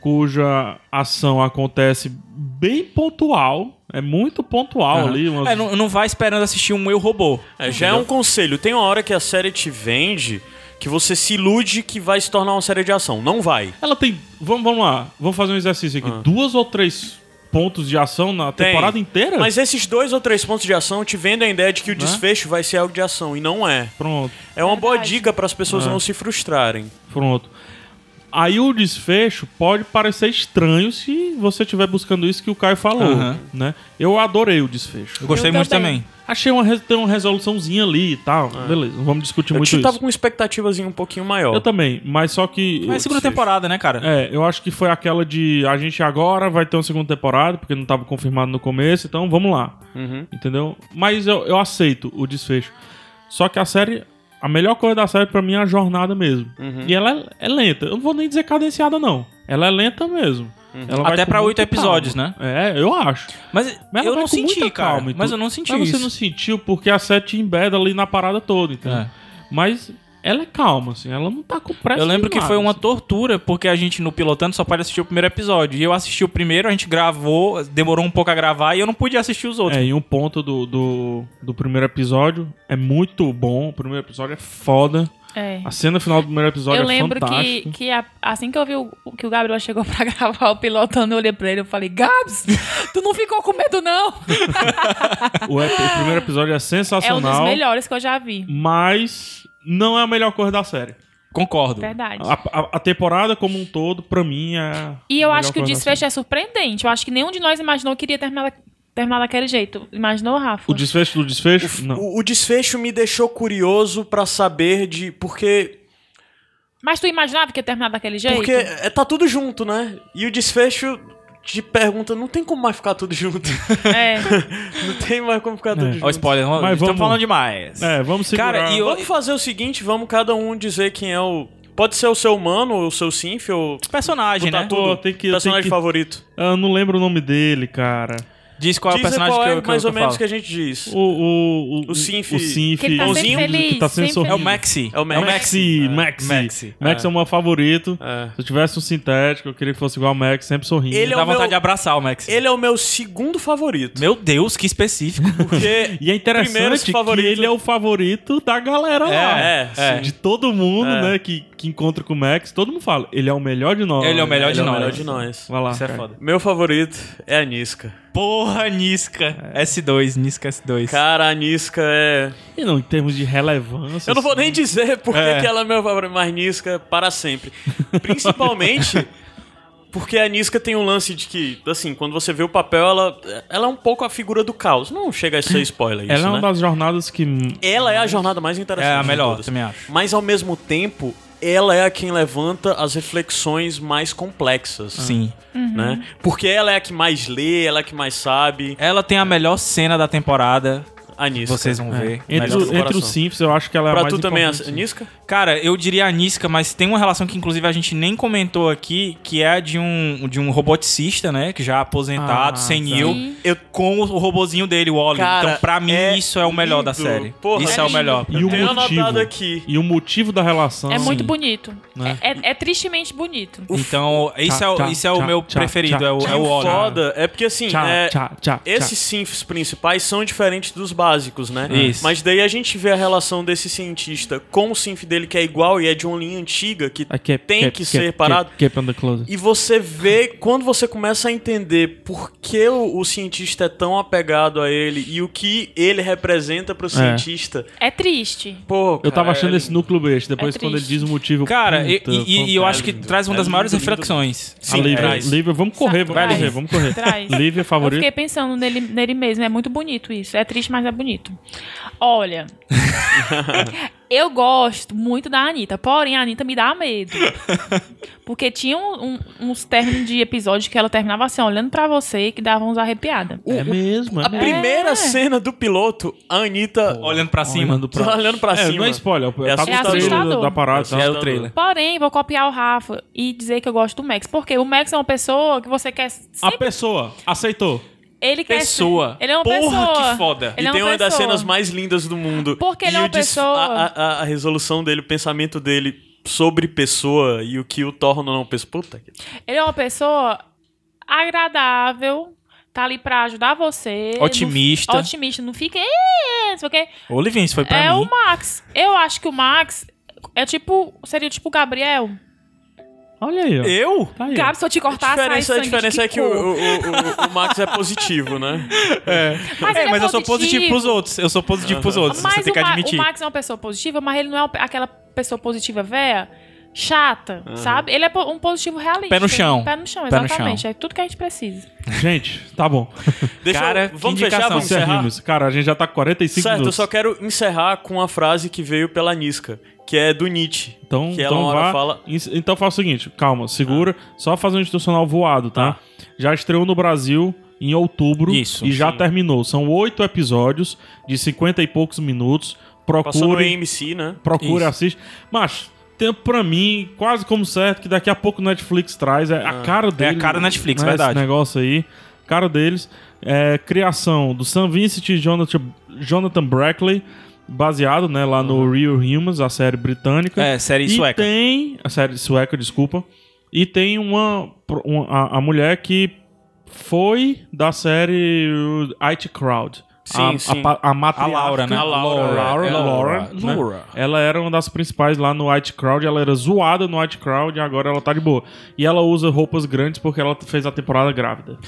cuja ação acontece bem pontual, é muito Ah, pontual Aham. ali. umas- É, não, não vai esperando assistir um Eu Robô. É, já é um conselho. Tem uma hora que a série te vende que você se ilude que vai se tornar uma série de ação. Não vai. Ela tem, vamos, vamos lá, vamos fazer um exercício Ah. aqui. Duas ou três pontos de ação na Tem. temporada inteira? Mas esses dois ou três pontos de ação te vendem a ideia de que o desfecho vai ser algo de ação. E não é. Pronto. É uma boa dica para as pessoas não se frustrarem. Pronto. Aí o desfecho pode parecer estranho se você estiver buscando isso que o Caio falou, Aham. né? Eu adorei o desfecho. Eu gostei Eu muito também. também. Achei uma, res- tem uma resoluçãozinha ali e tal. É. Beleza, não vamos discutir Eu muito te isso. tava com Ah, expectativas um pouquinho maior. Eu também, mas só que... Mas é a segunda eu- temporada, né, cara? É, eu acho que foi aquela de a gente agora vai ter uma segunda temporada, porque não tava confirmado no começo, então vamos lá. Uhum. Entendeu? Mas eu, eu aceito o desfecho. Só que a série, a melhor coisa da série pra mim é a jornada mesmo. Uhum. E ela é, é lenta. Eu não vou nem dizer cadenciada, não. Ela é lenta mesmo. Ela vai Uhum. Até com pra muita oito episódios, calma. né? É, eu acho. Mas, Mas eu ela vai não com muita senti, cara. calma e Mas tudo. eu não senti Mas isso. você não sentiu porque a série te embeda ali na parada toda, entendeu? É. Mas ela é calma, assim. Ela não tá com pressa Eu lembro de que nada, foi uma assim. tortura, porque a gente no pilotando só pode assistir o primeiro episódio. E eu assisti o primeiro, a gente gravou, demorou um pouco a gravar e eu não podia assistir os outros. É, e um ponto do, do, do primeiro episódio é muito bom. O primeiro episódio é foda. É. A cena final do primeiro episódio Eu é lembro que, fantástica. que a- assim que eu vi o, que o Gabriel chegou pra gravar o pilotando, eu olhei pra ele e falei, Gabs, tu não ficou com medo, não? O, ep- o primeiro episódio É é um dos sensacional, melhores que eu já vi. mas não é a melhor coisa da série. É. Concordo. Verdade. A, a- a temporada como um todo, pra mim, é. E a eu melhor acho que o coisa da desfecho é surpreendente. Eu acho que nenhum de nós imaginou que iria terminar, da- terminar daquele jeito. Imaginou, Rafa? série. O desfecho do desfecho? não. O, o desfecho me deixou curioso pra saber de. Porque. Mas tu imaginava que ia terminar daquele jeito? Porque é, tá tudo junto, né? E o desfecho te pergunta, não tem como mais ficar tudo junto. É. não tem mais como ficar É. tudo junto. Ó, spoiler, Mas estamos vamos- falando demais. É, vamos segurar. Cara, e eu... Vamos fazer o seguinte, vamos cada um dizer quem é o... Pode ser o seu humano, ou o seu synth, ou personagem, né? é Pô, tem que, tem personagem que... favorito. Eu não lembro o nome dele, cara. Diz qual é o Diz personagem qual que é eu, que eu- mais que eu ou menos falo. que a gente diz. O, o, o, O Sinf. O Sinf. Que ele tá sempre que feliz, tá sendo sempre sorrido. É o Maxi. É o Maxi. Maxi, Maxi. Maxi. Maxi, é o meu favorito. É. Se eu tivesse um sintético, eu queria que fosse igual ao Max, sempre sorrindo. Ele é Dá o vontade meu- de abraçar o Maxi. Ele é o meu segundo favorito. Meu Deus, que específico. Porque E é Primeiro, interessante esse favorito- que ele é o favorito da galera lá. É, é, sim. De todo mundo, É. né, que, que encontra com o Max. Todo mundo fala, ele é o melhor de nós. Ele é o melhor ele de é o nós. melhor de nós. Vai lá. Isso é cara. foda. Meu favorito é a Niska. Porra, Niska. S2, Niska S2. É. Cara, a Niska é. E não, em termos de relevância... Eu não vou assim, nem dizer porque É. que ela é meu favorito, mas Niska para sempre. Principalmente porque a Niska tem um lance de que, assim, quando você vê o papel, ela, ela é um pouco a figura do caos. Não chega a ser spoiler isso, Ela é uma né? das jornadas que... Ela é a jornada mais um É interessante. a de melhor, todas. também acho. Mas ao mesmo tempo, ela é a quem levanta as reflexões mais complexas. Sim. Né? Porque ela é a que mais lê, ela é a que mais sabe. Ela tem a melhor cena da temporada. A Niska. É. Vocês vão ver. Entre, Melhor o- do entre coração. os Simps, eu acho que ela é a Pra mais tu também, a importante. Niska? Cara, eu diria a Niska, mas tem uma relação que inclusive a gente nem comentou aqui, que é a de um, de um roboticista, né? Que já é aposentado, Ah, senil, sim. eu, com o robozinho dele, o Oli. Cara, Então, pra mim, é isso é o melhor da lindo. série. Porra, é isso é, o lindo. melhor. E o Tenho anotado motivo. aqui. E o motivo da relação... assim, É muito Sim. bonito. Né? É, é- é tristemente bonito. Então, isso é, o- tchá, isso é o tchá, meu tchá, preferido, tchá, é o, tchá. é o O Oli. foda é porque assim, Tchau, é, tchau, tchau, esses synths principais são diferentes dos básicos, né? Isso. Mas daí a gente vê a relação desse cientista com o synth dele que é igual e é de uma linha antiga que I kept- tem kept- que kept- ser kept- parado. kept on the closet. E você vê, quando você começa a entender por que o, o cientista é tão apegado a ele e o que ele representa pro cientista. É triste. Pô, Eu tava cara, achando é esse núcleo besta. Depois, É quando ele triste. diz o motivo... Cara, e, puta, e- e eu acho que lindo. traz uma das É maiores lindo, lindo. reflexões. A Lívia, traz. Lívia, vamos correr, vamos Traz. correr, vamos correr. Traz. Lívia, é Eu favorito. fiquei pensando nele, nele mesmo. É muito bonito isso. É triste, mas é bonito. Olha. eu gosto muito da Anitta. Porém, a Anitta me dá medo. Porque tinha um- um- uns términos de episódio que ela terminava assim, olhando pra você, que davam uns arrepiada. É mesmo, é A mesmo. primeira É. cena do piloto, a Anitta Olhando pra cima. Olhando Tá pra- olhando pra É, cima. não é spoiler, É tá no assustador. trailer da- da É parada. tá? assustador. É o trailer. Porém, vou copiar o Rafa e dizer que eu gosto do Max. Porque o Max é uma pessoa que você quer. A Sempre, pessoa aceitou. ele quer pessoa. Ele é uma Porra, pessoa. que foda. Ele e é tem uma pessoa. das cenas mais lindas do mundo. Porque ele E é uma o des- pessoa. A, a- a resolução dele, o pensamento dele sobre pessoa e o que o torna não pessoa. Puta que. Ele é uma pessoa agradável, tá ali pra ajudar você. Otimista. Não, otimista, não fica. "Ê, não sei o quê". Ô, Livinho, isso foi pra É mim. o Max. Eu acho que o Max é tipo. Seria tipo o Gabriel. Olha aí, ó. Eu? Tá aí. ó. Gabi, se eu te A cortar, sai diferença, a sangue de diferença é que o, cor. o, o- o- o Max é positivo, né? Mas, É, ele mas é eu sou positivo pros outros. Eu sou positivo pros outros. Mas você tem que o Ma- admitir. o Max é uma pessoa positiva, mas ele não é uma- aquela pessoa positiva véia, chata, sabe? Ele é po- um positivo realista. um Pé no chão. Pé no chão, Pé no exatamente. É tudo que a gente precisa. Gente, tá bom. Deixa Cara, eu, vamos que fechar, indicação. vamos encerrar. Encerrimos. Cara, a gente já tá com 45 Certo, eu minutos. só quero encerrar com a frase que veio pela Niska, que é do Nietzsche. Então, que ela então uma hora vá. fala. Ins- Então faz o seguinte, calma, segura. Só fazer um institucional voado, tá? Já estreou no Brasil em outubro Isso, e já terminou. São oito episódios de 50 e poucos minutos. Passou no Procure AMC, né? Procura, Isso. assiste. Mas, tem pra mim, quase como certo, que daqui a pouco o Netflix traz. É a cara deles. cara Netflix, né, verdade. Esse negócio aí. Cara deles. É, criação do Sam Vincent e Jonathan, Jonathan Brackley. Baseado, né, lá no Real Humans, a série britânica. É, série e sueca. tem... A série sueca, desculpa. E tem uma... uma- a, a mulher que foi da série uh, IT Crowd. Sim, a, sim. A, pa- a A matriarca. Laura, né? A Laura. Laura, É, Laura, né? Laura. Ela era uma das principais lá no White Crowd, ela era zoada no White Crowd e agora ela tá de boa. E ela usa roupas grandes porque ela fez a temporada grávida.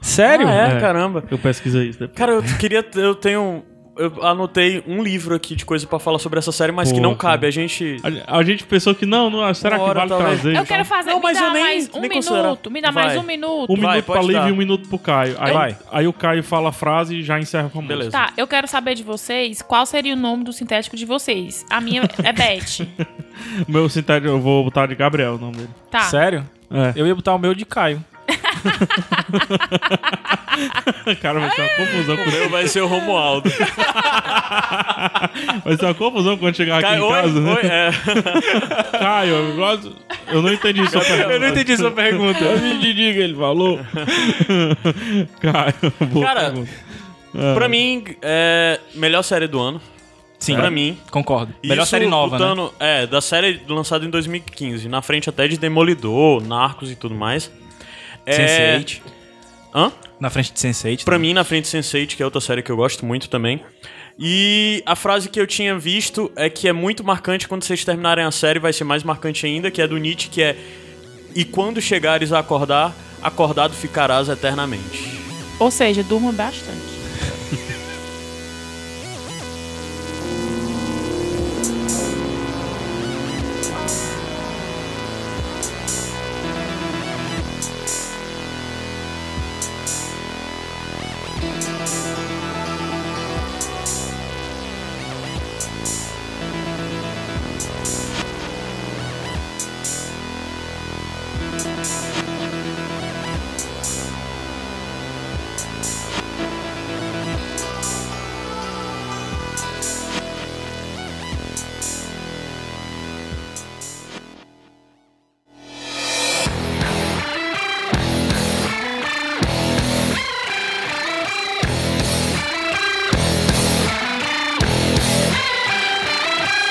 Sério? Ah, é, É. caramba. Eu pesquisei isso depois. Cara, eu queria. Eu tenho. Eu anotei um livro aqui de coisa pra falar sobre essa série, mas que Pô, não cara. cabe. A gente. A, a gente pensou que não, não será Uma que hora, vale talvez. trazer? então? Eu quero fazer. Não, me mas dá eu nem- mais um nem considerar. minuto. Me dá mais Vai. um minuto. Um Vai, minuto pra pode Liv dar. e um minuto pro Caio. Aí, Vai. aí o Caio fala a frase e já encerra com a música. Beleza. Tá, eu quero saber de vocês qual seria o nome do sintético de vocês. A minha é Beth. Ah. O meu sintético eu vou botar de Gabriel o nome dele. Tá. Sério? É. Eu ia botar o meu de Caio. Cara, vai ser uma confusão O meu quando... vai ser o Romualdo. Vai ser uma confusão quando chegar aqui Cai, em oi, casa, né? oi, é. Caio, eu gosto. Eu não entendi sua pergunta. Eu não entendi sua pergunta. Eu me entendi o que ele falou. Caio, boa Cara, pergunta. Ah. Pra mim, é melhor série do ano. Sim, Pra mim. Concordo. Melhor Isso série nova, né? botando- É, da série lançada em 2015. Na frente até de Demolidor, Narcos e tudo mais. É, Sense8. Hã? Na frente de Sense8. Pra mim, na frente Sense8, que é outra série que eu gosto muito também. E a frase que eu tinha visto é que é muito marcante quando vocês terminarem a série, vai ser mais marcante ainda, que é do Nietzsche, que é E quando chegares a acordar, acordado ficarás eternamente. Ou seja, durma bastante.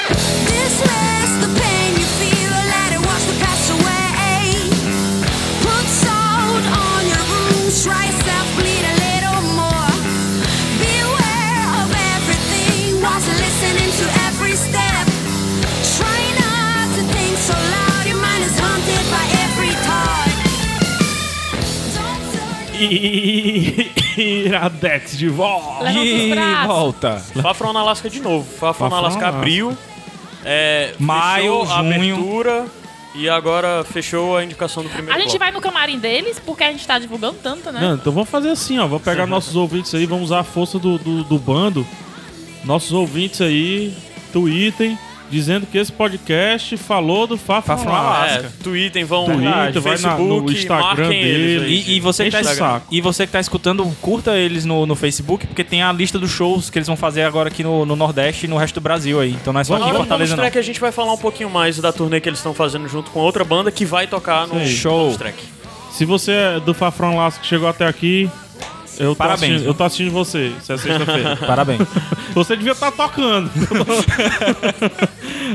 Dismiss the pain you feel, let it wash the past away. Put salt on your wounds, try yourself, bleed a little more. Beware of everything, wasn't listening to every step. Try not to think so loud, your mind is haunted by every thought. Don't turn Iradex de volta. Levanta os E braços. volta. Fafron na Alaska de novo. Fafron na Fafron Alaska na abriu. É, Maio, fechou a junho. abertura e agora fechou a indicação do A primeiro gente bloco. vai no camarim deles, porque a gente tá divulgando tanto, né? Não, então vamos fazer assim, ó. Vamos pegar nossos ouvintes aí, vamos usar a força do, do, do bando. Nossos ouvintes aí, tweetem, dizendo que esse podcast falou do Fafron Fafron Alaska. É, Twitter, vão Twitter, lá, vai na- Facebook, no Instagram marquem eles dele. aí, E, e você que Enche tá, o saco. e você que tá escutando, curta eles no, no Facebook, porque tem a lista dos shows que eles vão fazer agora aqui no, no Nordeste e no resto do Brasil aí. Então não é só aqui em Agora vamos Fortaleza, não. Track, a gente vai falar um pouquinho mais da turnê que eles estão fazendo junto com outra banda que vai tocar no Show. Bonus Track. Se você é do Fafron Lasco que chegou até aqui, eu tô, Parabéns, assistindo, viu? eu tô assistindo você. Isso é sexta-feira. Parabéns. Você devia estar tocando.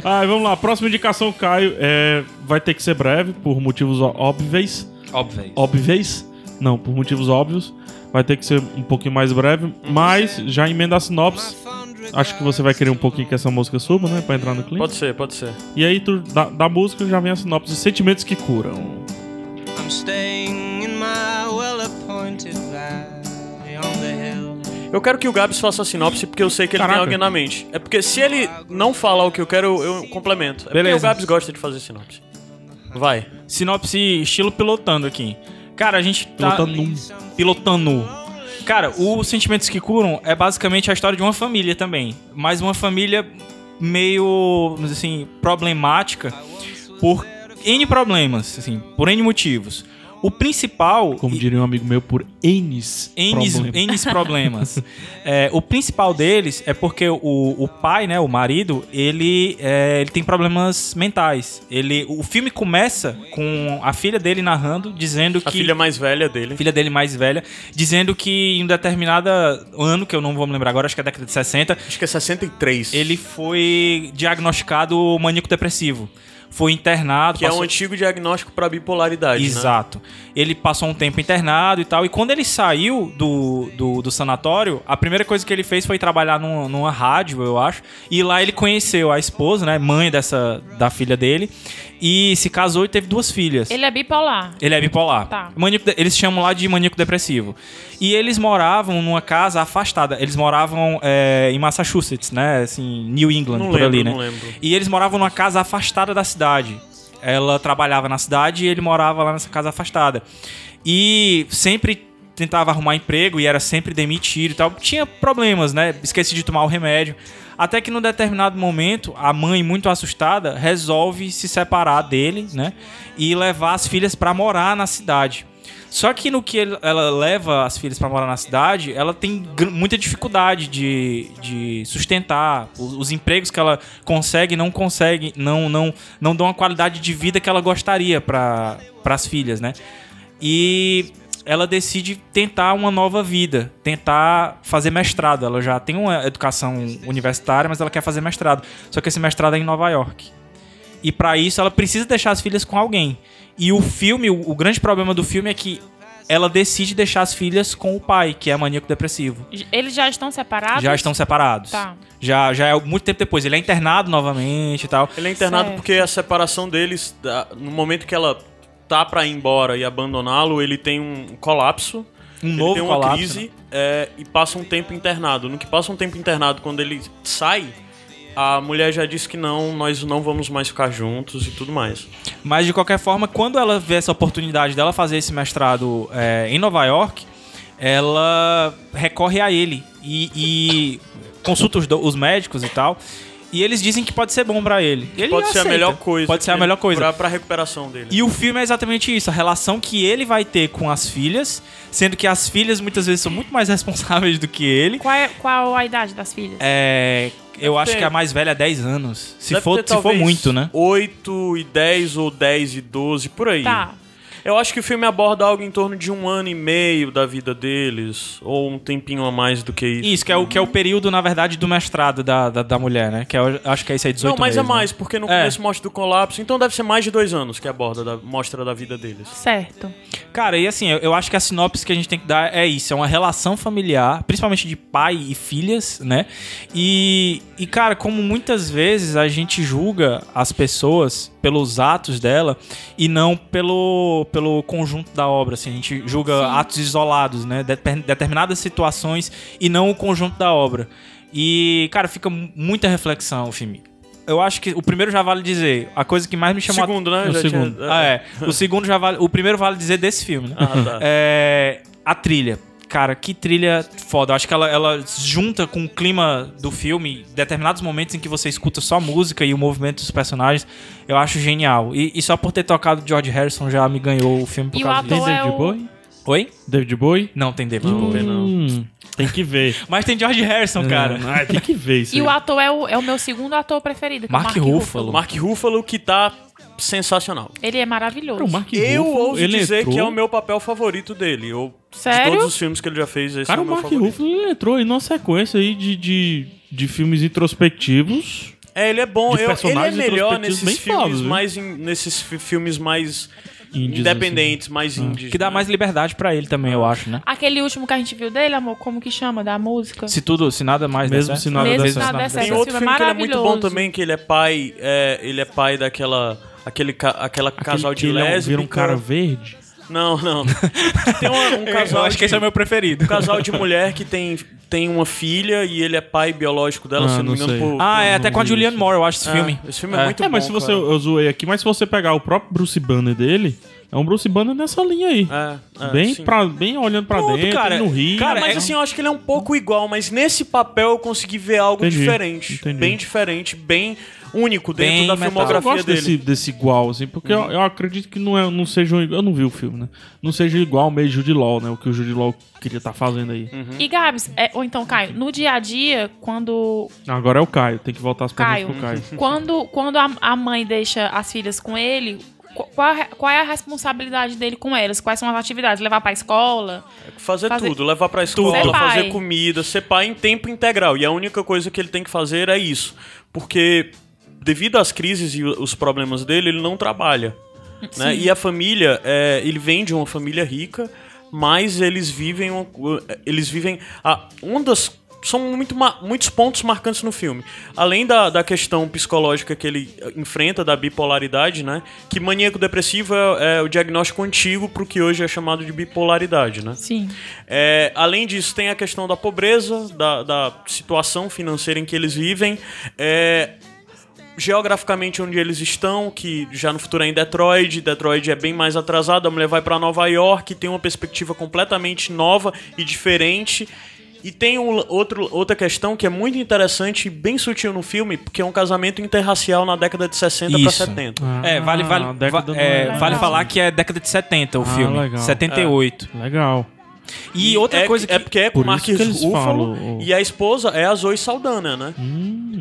ah, vamos lá. Próxima indicação, Caio. É, vai ter que ser breve, por motivos ó- óbvios. Óbvio. Óbvios? Não, por motivos óbvios. Vai ter que ser um pouquinho mais breve. Mas já emenda a sinopse. Acho que você vai querer um pouquinho que essa música suba, né? Pra entrar no clipe. Pode ser, pode ser. E aí, tu, da, da música já vem a sinopse. Sentimentos que curam. I'm staying in my well-appointed valley on the hill. Eu quero que o Gabs faça a sinopse porque eu sei que ele Caraca. tem alguém na mente. É porque se ele não falar o que eu quero, eu eu complemento. É Beleza. porque o Gabs gosta de fazer sinopse. Vai. Sinopse estilo pilotando aqui. Cara, a gente tá... Pilotando um. Pilotando. Cara, o Sentimentos que Curam é basicamente a história de uma família também. Mas uma família meio, vamos dizer assim, problemática por N problemas, assim, por N motivos. O principal... Como diria um amigo meu, por Enis. N's problemas. N's problemas. É, o principal deles é porque o, o pai, né, o marido, ele, é, ele tem problemas mentais. Ele, o filme começa com a filha dele narrando, dizendo A que filha mais velha dele. filha dele mais velha, dizendo que em um determinado ano, que eu não vou me lembrar agora, acho que é década de 60, Acho que é 63. ele foi diagnosticado maníaco depressivo. Foi internado, que é um passou- antigo diagnóstico pra bipolaridade, né? Exato. Ele passou um tempo internado e tal. E quando ele saiu do, do, do sanatório, a primeira coisa que ele fez foi trabalhar num- numa rádio, eu acho. E lá ele conheceu a esposa, né? Mãe dessa da filha dele. E se casou e teve duas filhas. Ele é bipolar. Ele é bipolar. Tá. Maníaco de- eles chamam lá de maníaco depressivo. E eles moravam numa casa afastada. Eles moravam é, em Massachusetts, né? Assim, New England, Não por lembro, ali, né? não lembro. E eles moravam numa casa afastada da cidade. Ela trabalhava na cidade e ele morava lá nessa casa afastada. E sempre tentava arrumar emprego e era sempre demitido e tal. Tinha problemas, né? Esqueci de tomar o remédio. Até que num determinado momento, a mãe, muito assustada, resolve se separar dele, né? E levar as filhas pra morar na cidade. Só que no que ele- ela leva as filhas pra morar na cidade, ela tem gr- muita dificuldade de, de sustentar os, os empregos que ela consegue, não consegue, não não não dão a qualidade de vida que ela gostaria para as filhas, né? E ela decide tentar uma nova vida, tentar fazer mestrado. Ela já tem uma educação universitária, mas ela quer fazer mestrado. Só que esse mestrado é em Nova York. E pra isso ela precisa deixar as filhas com alguém. E o filme, o, o grande problema do filme é que ela decide deixar as filhas com o pai, que é maníaco depressivo. Eles já estão separados? Já estão separados. Ah, Tá. Já, já é muito tempo depois. Ele é internado novamente e tal. Ele é internado Certo. porque a separação deles, da- no momento que ela tá pra ir embora e abandoná-lo, ele tem um colapso. Um ele novo tem uma colapso, crise é, e passa um tempo internado. No que passa um tempo internado, quando ele sai, a mulher já diz que não, nós não vamos mais ficar juntos e tudo mais. Mas de qualquer forma, quando ela vê essa oportunidade dela fazer esse mestrado é, em Nova York, ela recorre a ele e, e consulta os, do- os médicos e tal. E eles dizem que pode ser bom pra ele. Ele Pode ser a aceita. melhor coisa. Pode ser a que- melhor coisa. Pra, pra recuperação dele. E o filme é exatamente isso, a relação que ele vai ter com as filhas, sendo que as filhas muitas vezes são muito mais responsáveis do que ele. Qual, é- qual a idade das filhas? É, eu acho ter- que a mais velha é 10 anos. Se Deve for, ter, se for talvez, muito, né? 8 e 10 ou 10 e 12, por aí. Tá. Eu acho que o filme aborda algo em torno de um ano e meio da vida deles, ou um tempinho a mais do que isso. Isso, que é o, que é o período, na verdade, do mestrado da, da, da mulher, né? Que é, eu acho que é isso aí, 18 Não, mas meses, é mais, né? porque no É. começo mostra do colapso, então deve ser mais de dois anos que aborda da, mostra da vida deles. Certo. Cara, e assim, eu, eu acho que a sinopse que a gente tem que dar é isso: é uma relação familiar, principalmente de pai e filhas, né? E, e cara, como muitas vezes a gente julga as pessoas pelos atos dela e não pelo, pelo conjunto da obra, assim, a gente julga atos isolados, né? Deter- Determinadas situações e não o conjunto da obra. E, cara, fica mu- muita reflexão o filme. Eu acho que o primeiro já vale dizer, a coisa que mais me chamou a- Segundo, né? O Já tinha- segundo. Ah, é. O segundo já vale. O primeiro vale dizer desse filme, né? Ah, tá. É, a trilha. Cara, que trilha foda. Eu acho que ela, ela junta com o clima do filme determinados momentos em que você escuta só a música e o movimento dos personagens. Eu acho genial. E, e só por ter tocado George Harrison já me ganhou o filme por E o causa ator Uhum. disso. Tem é David o- Bowie? Oi? David Bowie? Não tem David Não, Bowie. tem não. Hum, tem que ver. Mas tem George Harrison, Uhum. cara. Ah, tem que ver isso É. E o aí. ator é o, é o meu segundo ator preferido. que é o Mark Ruffalo. Mark Ruffalo que tá sensacional. Ele é maravilhoso. Cara, o Mark Eu Ruffalo, ouso ele dizer entrou- que é o meu papel favorito dele. Eu, Sério? De todos os filmes que ele já fez, esse Cara, é o o meu Mark favorito. Ruffalo ele entrou em uma sequência aí de, de, de filmes introspectivos. É, ele é bom. De Eu, ele é personagens melhor introspectivos nesses bem filmes fodas, viu? assim. mais in- nesses fi- filmes mais Indies, independentes, Ah. mais indies. Que dá né? mais liberdade pra ele também, eu acho, né? Aquele último que a gente viu dele, amor, como que chama? Da música? Se tudo, se nada mais der Mesmo certo. se nada Mesmo der se certo. nada der certo. Tem Esse outro filme filme é que ele é muito bom maravilhoso. também, que ele é pai, é, ele é pai daquela aquele ca- aquela casal Aquele de que ele é um- lésbica. vira um cara verde. Não, não. Tem uma- um casal Eu acho de, que esse é o meu preferido. um casal de mulher que tem tem uma filha e ele é pai biológico dela, Ah, se eu não me não engano. sei. Por, Ah, é, não até Uhum. com a vi Julianne isso. Moore, eu acho, esse É, filme. esse filme é muito É, mas bom, se você. cara. Eu zoei aqui, mas se você pegar o próprio Bruce Banner dele, é um Bruce Banner nessa linha aí. É, é, bem, sim. pra, bem olhando pra Pronto, dentro, cara. no Rio. Cara, mas é- assim, eu acho que ele é um pouco igual, mas nesse papel eu consegui ver algo Entendi, diferente. entendi. Bem diferente, bem único dentro Bem da metal. eu filmografia gosto dele. desse, desse igual, assim, porque eu, eu acredito que não, é, não seja um, Eu não vi o filme, né? Não seja igual meio Jude Law, né? O que o Jude Law queria estar fazendo aí. Uhum. E Gabs, é, ou então Caio, no dia a dia, quando Agora é o Caio, tem que voltar as perguntas Caio, pro Caio. quando, quando a, a mãe deixa as filhas com ele, qu- qual, a- qual é a responsabilidade dele com elas? Quais são as atividades? Levar pra escola? Fazer, Fazer- tudo, levar pra escola, Ser pai. fazer comida, ser pai em tempo integral. E a única coisa que ele tem que fazer é isso. Porque devido às crises e os problemas dele, ele não trabalha. né? E a família, é, ele vem de uma família rica, mas eles vivem. uma co- Eles vivem. A, uma das. São muito, ma- muitos pontos marcantes no filme. Além da, da questão psicológica que ele eh, enfrenta, da bipolaridade, né? Que maníaco-depressivo é, é o diagnóstico antigo pro que hoje é chamado de bipolaridade, né? Sim. É, além disso, tem a questão da pobreza, da, da situação financeira em que eles vivem. É, geograficamente onde eles estão, que já no futuro é em Detroit, Detroit é bem mais atrasado, a mulher vai pra Nova York, tem uma perspectiva completamente nova e diferente. E tem um, outro, outra questão que é muito interessante e bem sutil no filme, porque é um casamento interracial na década de 60 para Isso. 70. É, vale, vale, Ah, década va- é, do- vale falar que é década de 70 o Ah, filme. legal. 78. Legal. E, outra é, coisa que. é porque é com Por Mark isso que eles falam, Ruffalo o- e a esposa é a Zoe Saldana, né?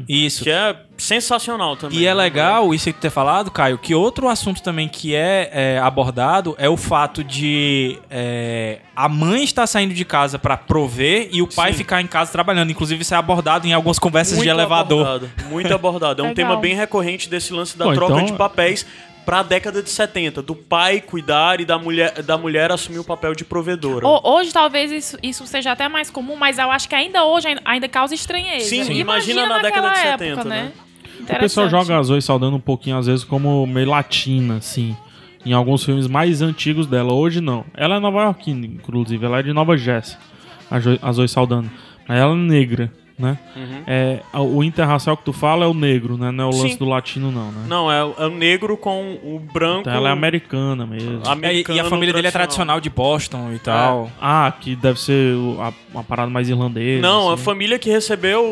Isso. Que é sensacional também. né? E é legal isso que tu ter falado, Caio, que outro assunto também que é, é, abordado é o fato de é, a mãe estar saindo de casa pra prover e o pai Sim. ficar em casa trabalhando. Inclusive, isso é abordado em algumas conversas de elevador. Abordado, muito abordado. É um Legal. tema bem recorrente desse lance da Pô, troca então- de papéis pra década de 70, do pai cuidar e da mulher, da mulher assumir o papel de provedora. Ho- Hoje talvez isso, isso seja até mais comum, mas eu acho que ainda hoje ainda- ainda causa estranheza. Sim, imagina na naquela década de época, 70, né? O pessoal Interessante. joga a Zoe Saldana um pouquinho, às vezes, como meio latina, assim. Em alguns filmes mais antigos dela. Hoje, não. Ela é nova iorquina, inclusive. Ela é de Nova Jersey, a Jo- a Zoe Saldana. Mas ela é negra, né? Uhum. É, a- o interracial que tu fala é o negro, né? Não é o lance Sim. do latino, não, né? Não, é, é o negro com o branco. Então ela é americana mesmo. É, e- americano É. e a família dele é tradicional de Boston e tal. Ah, que deve ser o- a- uma parada mais irlandesa. Não, é a é assim. família que recebeu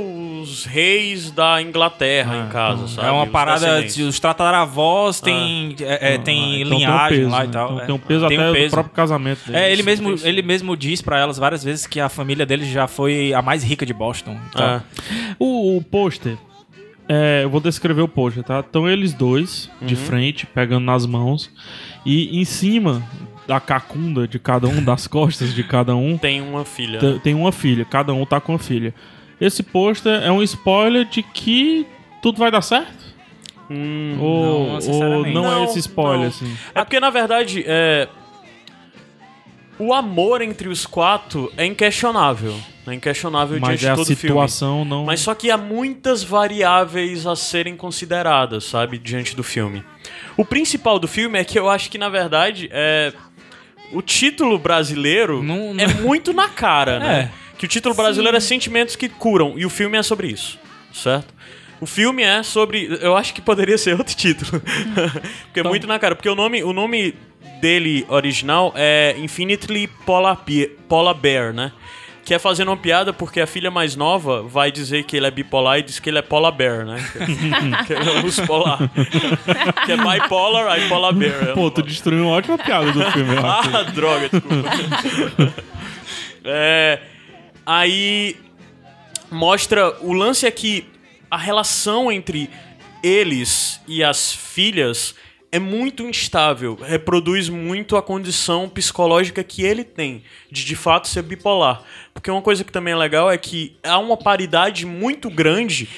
os reis da Inglaterra em casa, sabe? É uma Os parada descendentes. Ah. de os trataravós tem, é, é, tem então linhagem tem um peso, lá né? e tal. Então é. tem um peso até do próprio casamento dele. É, ele mesmo, tem sim. ele mesmo diz pra elas várias vezes que a família dele já foi a mais rica de Boston. então. e tal. É. O, o pôster. é, eu vou descrever o pôster, tá? Estão eles dois, Uhum. de frente, pegando nas mãos. E em cima da cacunda de cada um, das costas de cada um, Tem uma filha. Então, te- tem uma filha. Cada um tá com uma filha. Esse pôster é um spoiler de que tudo vai dar certo? Hum, ou, não, ou sinceramente. não é Não, esse spoiler, não. assim? É porque, na verdade, é... o amor entre os quatro é inquestionável. É inquestionável Mas diante é de a todo situação, não... filme. Mas só que há muitas variáveis a serem consideradas, sabe, diante do filme. O principal do filme é que eu acho que, na verdade, é... o título brasileiro Não- é muito na cara, né? Que o título brasileiro Sim. é Sentimentos que Curam, e o filme é sobre isso, certo? O filme é sobre. Eu acho que poderia ser outro título. porque é muito na cara. Porque o nome, o nome dele original é Infinitely Polar, Be- Polar Bear, né? Que é fazendo uma piada porque a filha mais nova vai dizer que ele é bipolar e diz que ele é polar bear, né? que é os polar. que é bipolar, aí polar bear. né? Eu Pô, não- tu destruiu uma ótima piada do filme, eu acho. ah, droga, desculpa. É, aí mostra o lance é que a relação entre eles e as filhas é muito instável, reproduz muito a condição psicológica que ele tem de de fato ser bipolar. Porque uma coisa que também é legal é que há uma paridade muito grande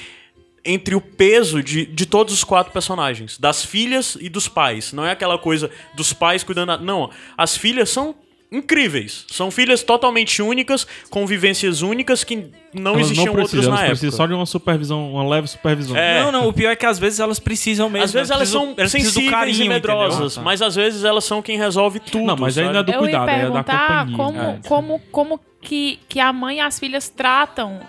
entre o peso de, de todos os quatro personagens, das filhas e dos pais. Não é aquela coisa dos pais cuidando. Da... Não, as filhas são incríveis. São filhas totalmente únicas, com vivências únicas que não Elas existiam não precisam, outras na elas época. precisam só de uma supervisão, uma leve supervisão. É. Não, não, o pior é que às vezes elas precisam mesmo. Às vezes elas precisam- são precisam sensíveis e entendeu? medrosas, mas às vezes elas são quem resolve tudo. Ah, tá. Não, mas ainda é sabe? do eu cuidado, ia é da perguntar companhia. como, É. como, como que, que a mãe e as filhas tratam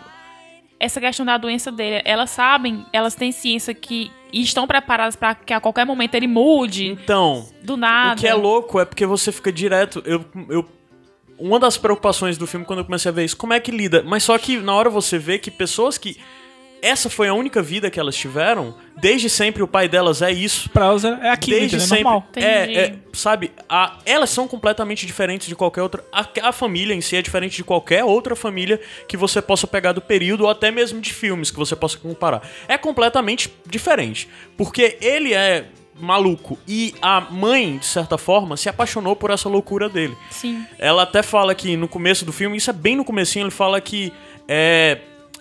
essa questão da doença dele. Elas sabem, elas têm ciência que e estão preparadas pra que a qualquer momento ele mude Então, do nada. O que é louco é porque você fica direto. Eu, eu, uma das preocupações do filme quando eu comecei a ver isso, como é que lida? Mas só que na hora você vê que pessoas que. Essa foi a única vida que elas tiveram. Desde sempre o pai delas é isso. Pra elas é aquilo, Desde entendeu? sempre. normal. É, é, Entendi. sabe, a- elas são completamente diferentes de qualquer outra. A, a família em si é diferente de qualquer outra família que você possa pegar do período ou até mesmo de filmes que você possa comparar. É completamente diferente. Porque ele é maluco e a mãe, de certa forma, se apaixonou por essa loucura dele. Sim. Ela até fala que no começo do filme, isso é bem no comecinho, ele fala que é.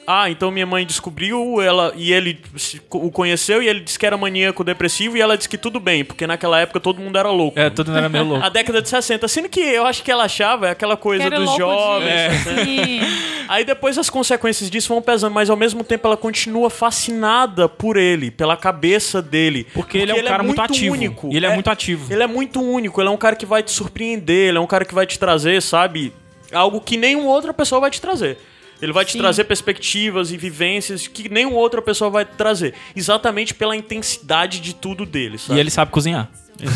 Ah, então minha mãe descobriu, ela e ele se- o conheceu e ele disse que era maníaco depressivo e ela disse que tudo bem, porque naquela época todo mundo era louco. É, todo mundo era meio louco. A década de 60, sendo que eu acho que ela achava é aquela coisa Quero dos louco jovens. né? É. disso, sim. Aí depois as consequências disso vão pesando, mas ao mesmo tempo ela continua fascinada por ele, pela cabeça dele. Porque ele é um cara muito ativo. Único. Ele é muito ativo. Ele é muito único, ele é um cara que vai te surpreender, ele é um cara que vai te trazer, sabe? Algo que nenhuma outra pessoa vai te trazer. Ele vai te Sim. trazer perspectivas e vivências que nenhuma outra pessoa vai te trazer. Exatamente pela intensidade de tudo dele, sabe? E ele sabe cozinhar.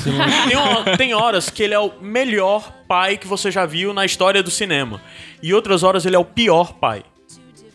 Tem, hor- tem horas que ele é o melhor pai que você já viu na história do cinema. E outras horas ele é o pior pai.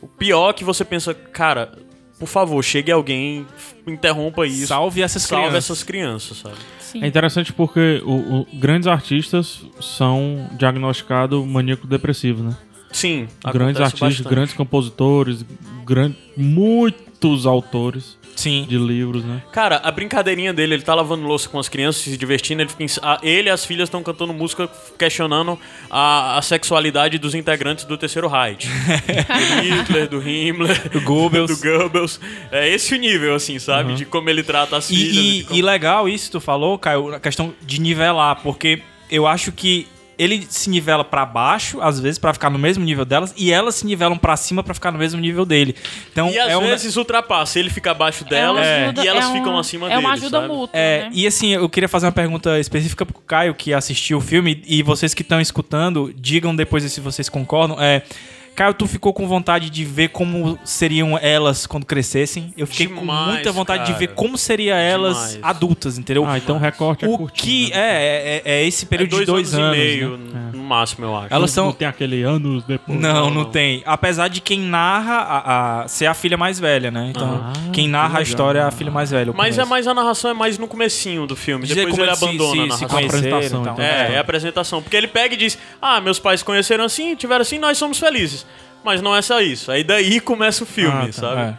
O pior que você pensa, cara, por favor, chegue alguém, f- interrompa isso. Salve essas salve crianças. essas crianças, sabe? É interessante porque o- o- grandes artistas são diagnosticados maníaco-depressivo, né? Sim, Grandes acontece artistas, bastante. grandes compositores, gran- muitos autores Sim. de livros, né? Cara, a brincadeirinha dele, ele tá lavando louça com as crianças, se divertindo, ele, fica ens- a- ele e as filhas estão cantando música questionando a, a sexualidade dos integrantes do terceiro Reich. do Hitler, do Himmler, do Goebbels. Uhum. do Goebbels. É esse o nível, assim, sabe? De como ele trata as E, filhas. né, de e- como- e legal isso que tu falou, Caio, a questão de nivelar, porque eu acho que ele se nivela pra baixo, às vezes, pra ficar no mesmo nível delas, e elas se nivelam pra cima pra ficar no mesmo nível dele. Então, E às é um- vezes ultrapassa, ele fica É abaixo uma delas ajuda- e elas é um- ficam acima É dele. uma ajuda sabe? mútua, É, né? e assim, eu queria fazer uma pergunta específica pro Caio, que assistiu o filme, e vocês que estão escutando, digam depois se vocês concordam. É, Caio, tu ficou com vontade de ver como seriam elas quando crescessem? Eu fiquei Demais, com muita vontade de ver cara. como seriam elas Demais. adultas, entendeu? Ah, então o recorte é o curtinho, que né? é, é, é esse É período de dois anos, e meio, né? no máximo, eu acho. Elas Não são tem aquele anos depois. não, não, não. tem. Apesar de quem narra a, a- ser a filha mais velha, né? Então, Ah, quem narra que a história é a legal. filha mais velha. o Mas é começo. mais a narração é mais no comecinho do filme. Dizer Depois como ele eles se- abandona a se, se, narração. conheceram e Apresentação, tal. então. É, é a apresentação. Porque ele pega e diz: Ah, meus pais conheceram assim, tiveram assim, nós somos felizes. Mas não é só isso. Aí daí começa o filme, Ah, tá, sabe?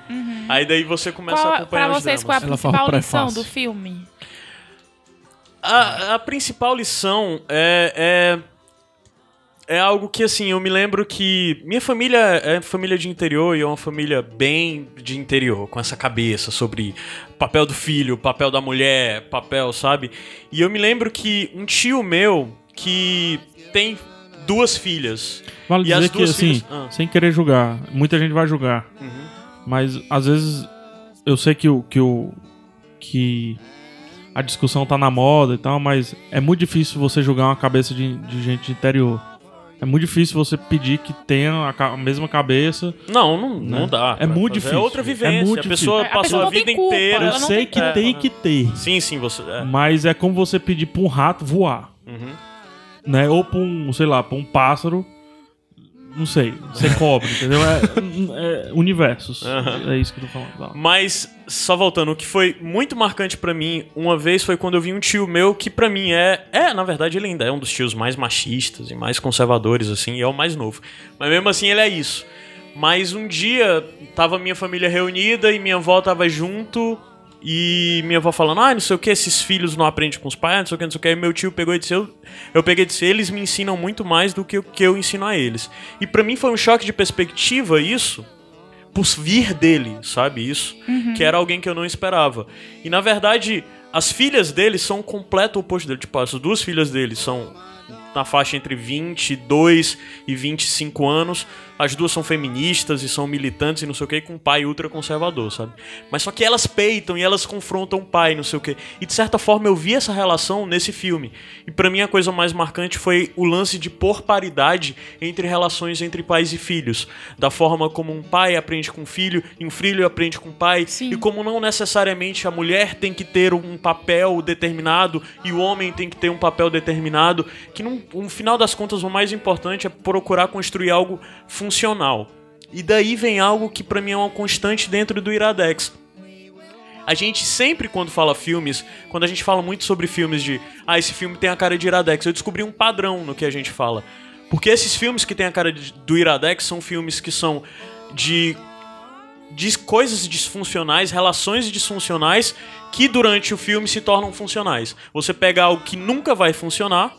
Aí daí você começa a Uhum. Qual, acompanhar pra os vocês, qual é a dramas. Ela fala principal lição do prefácio. filme? A, a principal lição é, é. É algo que, assim, eu me lembro que minha família é família de interior e é uma família bem de interior, com essa cabeça sobre papel do filho, papel da mulher, papel, sabe? E eu me lembro que um tio meu que tem duas filhas. Vale E dizer as que, duas assim, filhas- Ah. sem querer julgar, muita gente vai julgar. Mas, às vezes, eu sei que o, que o. que a discussão tá na moda e tal, mas é muito difícil você julgar uma cabeça de, de gente de interior. É muito difícil você pedir que tenha a, ca- a mesma cabeça. Não, não, não Né? dá. É pra muito fazer. difícil. É outra É vivência. muito a difícil. pessoa A passou pessoa a, não vida tem culpa, inteira. Eu não sei tem que culpa. tem que ter. Sim, sim, você. é. Mas é como você pedir pra um rato voar. Uhum. Né? Ou pra um, sei lá, pra um pássaro. Não sei, ser cobre, entendeu? É, é universos. Aham. É isso que eu tô falando. Vai lá. Mas, só voltando, o que foi muito marcante pra mim uma vez foi quando eu vi um tio meu que pra mim é. É, na verdade, ele ainda é um dos tios mais machistas e mais conservadores, assim, e é o mais novo. Mas mesmo assim, ele é isso. Mas um dia tava minha família reunida e minha avó tava junto. E minha avó falando, ah, não sei o que, esses filhos não aprendem com os pais, não sei o que, não sei o que. E meu tio pegou e disse, eu, eu peguei e disse, eles me ensinam muito mais do que o que eu ensino a eles. E pra mim foi um choque de perspectiva isso, por vir dele, sabe isso? Que era alguém que eu não esperava. E na verdade, as filhas dele são o completo oposto dele. Tipo, as duas filhas dele são na faixa entre 22 e 25 anos. As duas são feministas e são militantes e não sei o que, com um pai ultraconservador, sabe? Mas só que elas peitam e elas confrontam o pai, não sei o que. E de certa forma eu vi essa relação nesse filme. E pra mim a coisa mais marcante foi o lance de pôr paridade entre relações entre pais e filhos. Da forma como um pai aprende com o filho, e um filho aprende com o pai, Sim. e como não necessariamente a mulher tem que ter um papel determinado e o homem tem que ter um papel determinado, que num- no final das contas o mais importante é procurar construir algo funcional. E daí vem algo que pra mim é uma constante dentro do Iradex. A gente sempre, quando fala filmes, quando a gente fala muito sobre filmes de ah, esse filme tem a cara de Iradex, eu descobri um padrão no que a gente fala. Porque esses filmes que tem a cara de- do Iradex são filmes que são de, de coisas disfuncionais, relações disfuncionais, que durante o filme se tornam funcionais. Você pega algo que nunca vai funcionar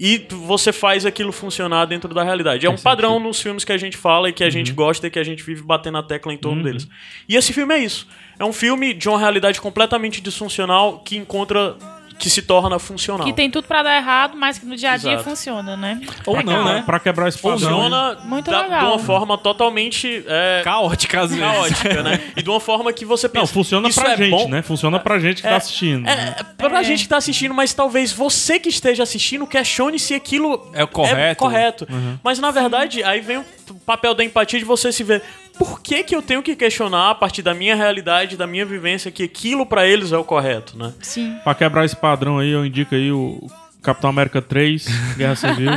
e tu- você faz aquilo funcionar dentro da realidade. É um padrão nos filmes que a gente fala e que a gente Uhum. gosta e que a gente vive batendo a tecla em torno deles. E esse filme é isso. É um filme de uma realidade completamente disfuncional que encontra que se torna funcional. Que tem tudo pra dar errado, mas que no dia a dia Exato. funciona, né? Ou não, né? Pra quebrar esse padrão. Funciona Muito da- legal. de uma forma totalmente é, Caótica às vezes. caótica, né? E de uma forma que você pensa. Não, funciona "Isso pra é gente, bom?" né? Funciona pra gente que tá assistindo. né? É, pra gente que tá assistindo, mas talvez você que esteja assistindo questione se aquilo É o correto. correto. Uhum. Mas na verdade, aí vem o t- papel da empatia de você se ver. Por que, que eu tenho que questionar a partir da minha realidade, da minha vivência, que aquilo pra eles é o correto, né? Sim. Pra quebrar esse padrão aí, eu indico aí o Capitão América 3, Guerra Civil.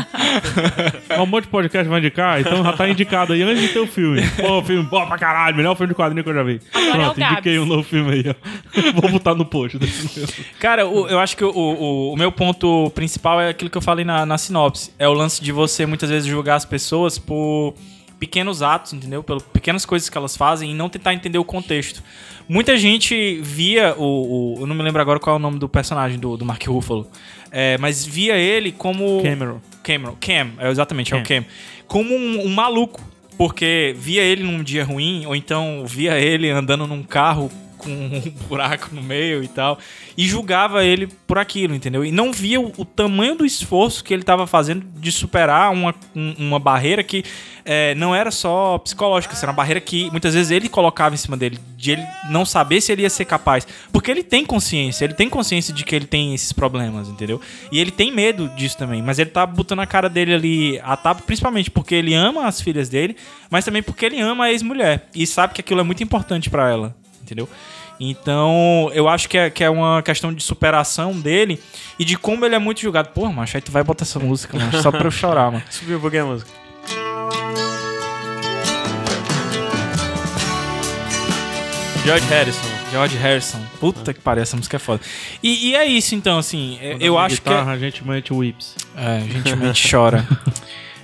um monte de podcast vai indicar, então já tá indicado aí antes de ter o filme. Pô, filme bom pra caralho, melhor filme de quadrinho que eu já vi. é o Pronto, Gabs. indiquei um novo filme aí, ó. Vou botar no post. desse mesmo. Cara, o- eu acho que o, o- o meu ponto principal é aquilo que eu falei na, na sinopse. É o lance de você muitas vezes julgar as pessoas por pequenos atos, entendeu? Pelas pequenas coisas que elas fazem e não tentar entender o contexto. Muita gente via o, o- Eu não me lembro agora qual é o nome do personagem do, do Mark Ruffalo. É, mas via ele como. Cameron. Cameron. Cam, é, exatamente, é o Cam. Como um, um maluco. Porque via ele num dia ruim, ou então via ele andando num carro com um buraco no meio e tal. E julgava ele por aquilo, entendeu? E não via o, o tamanho do esforço que ele estava fazendo de superar uma, um- uma barreira que é, não era só psicológica, era uma barreira que muitas vezes ele colocava em cima dele, de ele não saber se ele ia ser capaz. Porque ele tem consciência, ele tem consciência de que ele tem esses problemas, entendeu? E ele tem medo disso também, mas ele tá botando a cara dele ali a tapa, principalmente porque ele ama as filhas dele, mas também porque ele ama a ex-mulher e sabe que aquilo é muito importante pra ela, entendeu? Então, eu acho que é, que é uma questão de superação dele e de como ele é muito julgado. Porra, macho, aí tu vai botar essa música, macho, só pra eu chorar, mano. Subiu um pouquinho a música. George Harrison. George Harrison. Puta que pariu, essa música é foda. E, e é isso, então, assim, é- eu Na acho guitarra, que. A gente mete whips. que. É, é, gentilmente chora.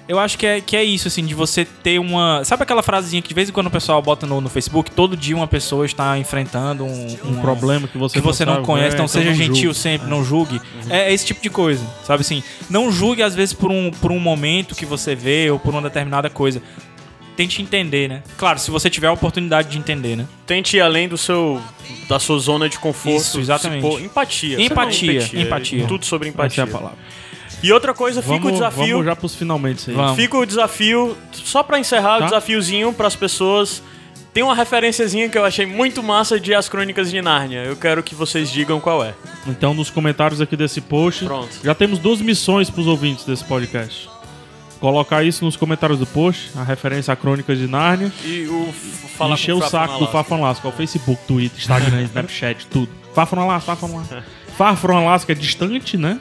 Eu acho que é, que é isso, assim, de você ter uma. Sabe aquela frasezinha que de vez em quando o pessoal bota no, no Facebook? Todo dia uma pessoa está enfrentando um, Um uma- problema que você, que você não sabe, conhece, é, então seja não gentil julgue. sempre, não julgue. É esse tipo de coisa, sabe assim? Não julgue, às vezes, por um, por um momento que você vê ou por uma determinada coisa. Tente entender, né? Claro, se você tiver a oportunidade de entender, né? Tente ir além do seu, da sua zona de conforto. Isso, exatamente. se pôr- empatia. Empatia, Você não empatia. Tudo sobre Essa é empatia. a palavra. E outra coisa, fica o Vamos- desafio. Vamos já pros finalmente aí. Vamos. Fica o desafio, só pra encerrar, o Tá. desafiozinho pras pessoas. Tem uma referenciazinha que eu achei muito massa de As Crônicas de Nárnia. Eu quero que vocês digam qual é. Então, nos comentários aqui desse post, Pronto. já temos duas missões para os ouvintes desse podcast. Colocar isso nos comentários do post, a referência à Crônicas de Nárnia, E o f- fala e com encher o Fafa saco do Malasca. Fafron Lasca, o Facebook, Twitter, Instagram, Snapchat, tudo. Fafron Lasca, Fafron Lasca. Fafron Lasca é distante, né?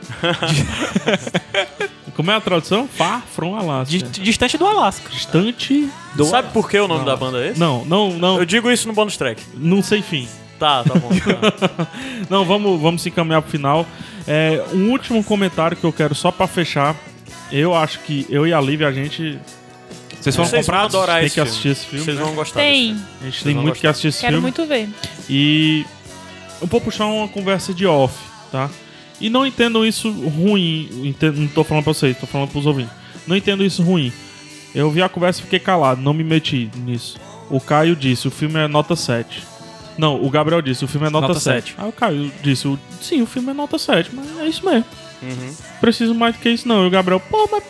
Como é a tradução? Fafron Alaska. Di- Distante do Alasca. Distante... Sabe por que o nome da banda é esse? Não, não, Eu não, digo isso no bonus track. não sei fim. Tá, tá bom. tá. Não, vamos, vamos se encaminhar pro final. É, um último comentário que eu quero só pra fechar. Eu acho que eu e a Lívia, a gente É. Vocês foram Vocês vão comprados? adorar tem esse que filme. assistir esse filme. Vocês né? vão gostar desse Tem. filme. A gente vocês tem vão muito que gostar. assistir esse Quero filme. muito ver. E eu vou puxar uma conversa de off, tá? E não entendam isso ruim. ente- Não tô falando pra vocês, tô falando pros ouvintes. Não entendo isso ruim. Eu vi a conversa e fiquei calado, não me meti nisso. O Caio disse, o filme é nota 7. Não, o Gabriel disse, o filme é nota, Nota 7. sete. Aí o Caio disse, o- sim, o filme é nota 7, mas é isso mesmo. Uhum. Preciso mais do que isso não. E o Gabriel, pô, mas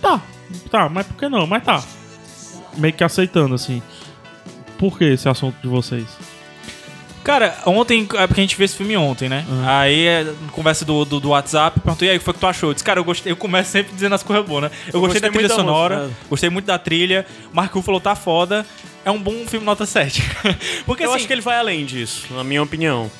tá. Tá, mas por que não? Mas tá. Meio que aceitando, assim. Por que esse assunto de vocês? Cara, ontem, é porque a gente fez esse filme ontem, né? Uhum. Aí, é, conversa do, do, do WhatsApp, perguntou, e aí, o que foi que tu achou? Eu disse, cara, eu gostei, eu começo sempre dizendo as coisas boas, né? Eu, gostei, gostei da trilha muito da sonora, música, é. gostei muito da trilha, Marco falou, tá foda, é um bom filme nota 7. porque Eu assim, acho que ele vai além disso, na minha opinião.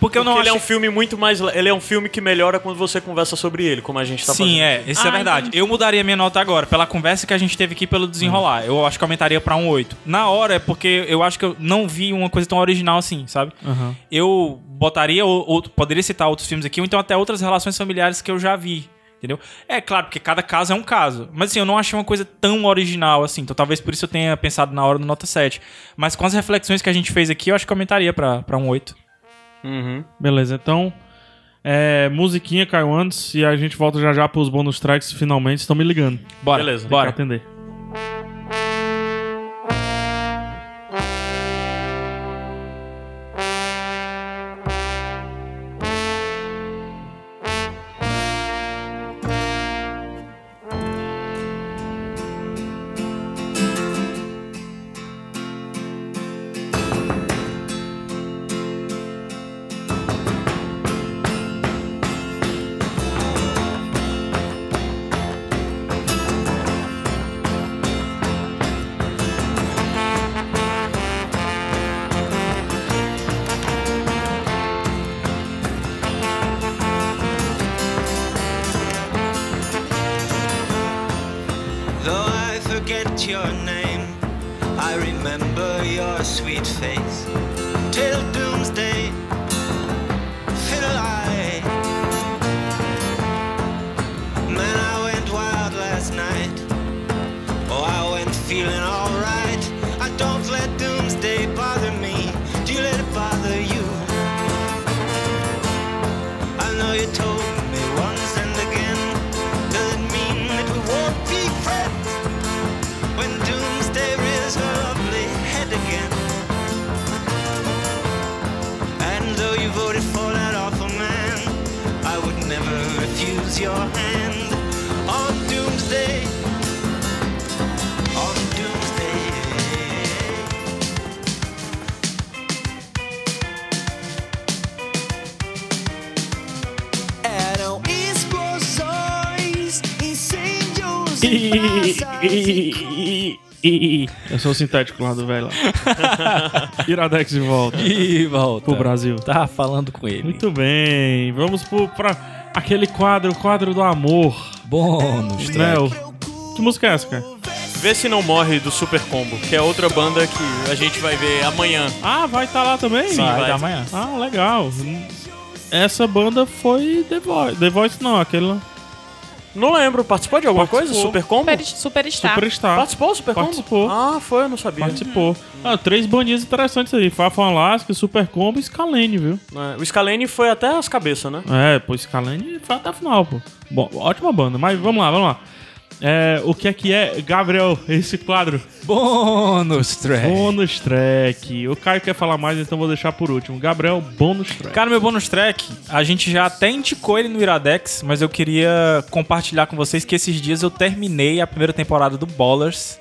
porque eu não acho... Porque ele é um filme muito mais. le- Ele é um filme que melhora quando você conversa sobre ele, como a gente tá Sim, fazendo. é, isso é Ah, verdade. Eu mudaria minha nota agora, pela conversa que a gente teve aqui, pelo desenrolar. Eu acho que aumentaria pra um 8. Na hora é porque eu acho que eu não vi uma coisa tão original assim, sabe? Aham. Eu botaria ou- outro, poderia citar outros filmes aqui, ou então até outras relações familiares que eu já vi. Entendeu? É claro, porque cada caso é um caso. Mas assim, eu não achei uma coisa tão original assim. Então talvez por isso eu tenha pensado na hora do nota 7. Mas com as reflexões que a gente fez aqui, eu acho que aumentaria pra, pra um 8. Uhum. Beleza, então. É, musiquinha, Caio antes, e a gente volta já já pros bônus tracks finalmente. Estão me ligando. Bora. Beleza. Bora. Bora. atender. Though I forget your name, I remember your sweet face. Till doomsday, fiddle I. Man, I went wild last night. Oh, I went feeling alright. I don't let doomsday bother me. Do you let it bother you? I know you told me once and again. Does it mean that we won't be friends? When doomsday rears her ugly head again. And though you voted for that awful man, I would never refuse your hand. On doomsday. Oh, On doomsday. Eram explosões, incêndios e Eu sou o sintético lá do velho. lá. Iradex de volta Ih, volta. pro Brasil. Tava tá falando com ele. Muito bem, vamos pro, pra aquele quadro, o quadro do amor. bônus, track. Nel, que música é essa, cara? Vê se não morre do Super Combo, que é outra banda que a gente vai ver amanhã. Ah, vai estar lá também? Sim, Vai vai. dar amanhã. Ah, legal. Essa banda foi The Voice. The Voice não, aquele lá. Não lembro, participou de alguma Participou. coisa? Super Combo? Super, superstar. Superstar. Participou do Super Combo? Participou. Ah, foi, eu não sabia. Participou. Ah, três bandinhas interessantes aí. Fafa Alaska, Super Combo e Scalene, viu? É, O Scalene foi até as cabeças, né? É, pô, Scalene foi até a final, pô. Bom, ótima banda, mas vamos lá, vamos lá. É, o que é que é, Gabriel, esse quadro? Bônus É. track. Bônus track. O Caio quer falar mais, então vou deixar por último. Gabriel, bônus track. Cara, meu bônus track, a gente já até indicou ele no Iradex, mas eu queria compartilhar com vocês que esses dias eu terminei a primeira temporada do Ballers,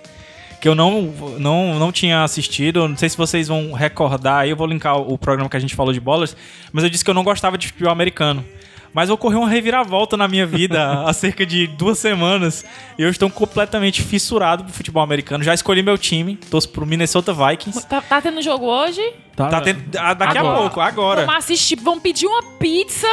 que eu não, não, não tinha assistido, eu não sei se vocês vão recordar, aí eu vou linkar o programa que a gente falou de Ballers, mas eu disse que eu não gostava de futebol americano. Mas ocorreu uma reviravolta na minha vida há cerca de duas semanas. E eu estou completamente fissurado pro futebol americano. Já escolhi meu time, torço pro Minnesota Vikings. Tá, tá tendo jogo hoje? Tá tendo- ah, daqui Agora. a pouco, agora. Vamos assistir, vamos pedir uma pizza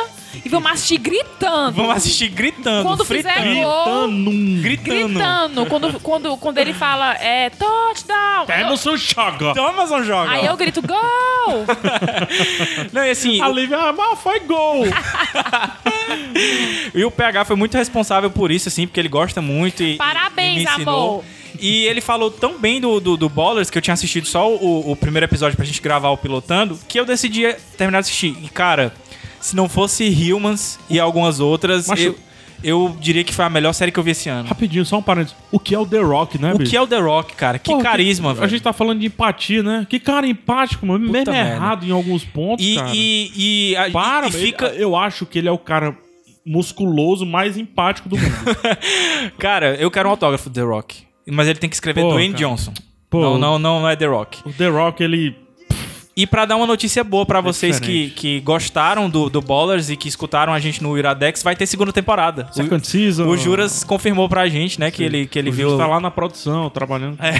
e vamos assistir gritando. Vamos assistir gritando, Quando fritando. fizer gol, um- Gritando. gritando. Quando, quando, quando ele fala, é, touchdown. Temos o jogo. Então a Amazon joga. Aí eu grito, gol! Não, e assim, A Lívia, ah, mas foi gol. e o PH foi muito responsável por isso, assim, porque ele gosta muito e. Parabéns, e me ensinou. amor. E ele falou tão bem do, do, do Ballers que eu tinha assistido só o, o primeiro episódio pra gente gravar o pilotando, que eu decidi eh, terminar de assistir. E, cara, se não fosse Humans e algumas outras, Macho. eu, eu diria que foi a melhor série que eu vi esse ano. Rapidinho, só um parênteses. O que é o The Rock, né, O bicho? que é o The Rock, cara? Que Pô, carisma, velho. A gente tá falando de empatia, né? Que cara empático, mano. mesmo merda. errado em alguns pontos, E, cara. e, e, a- Para, e velho. fica, Eu acho que ele é o cara musculoso mais empático do mundo. Cara, eu quero um autógrafo do The Rock. Mas ele tem que escrever Pô, Dwayne cara. Johnson. Pô. Não, não, não é The Rock. o The Rock, ele... E pra dar uma notícia boa pra vocês que, É diferente. que gostaram do, do Ballers e que escutaram a gente no Iradex, vai ter segunda temporada. Second season. O, o Juras confirmou pra gente, né, que ele, que ele o viu... Juras tá lá na produção, trabalhando. É,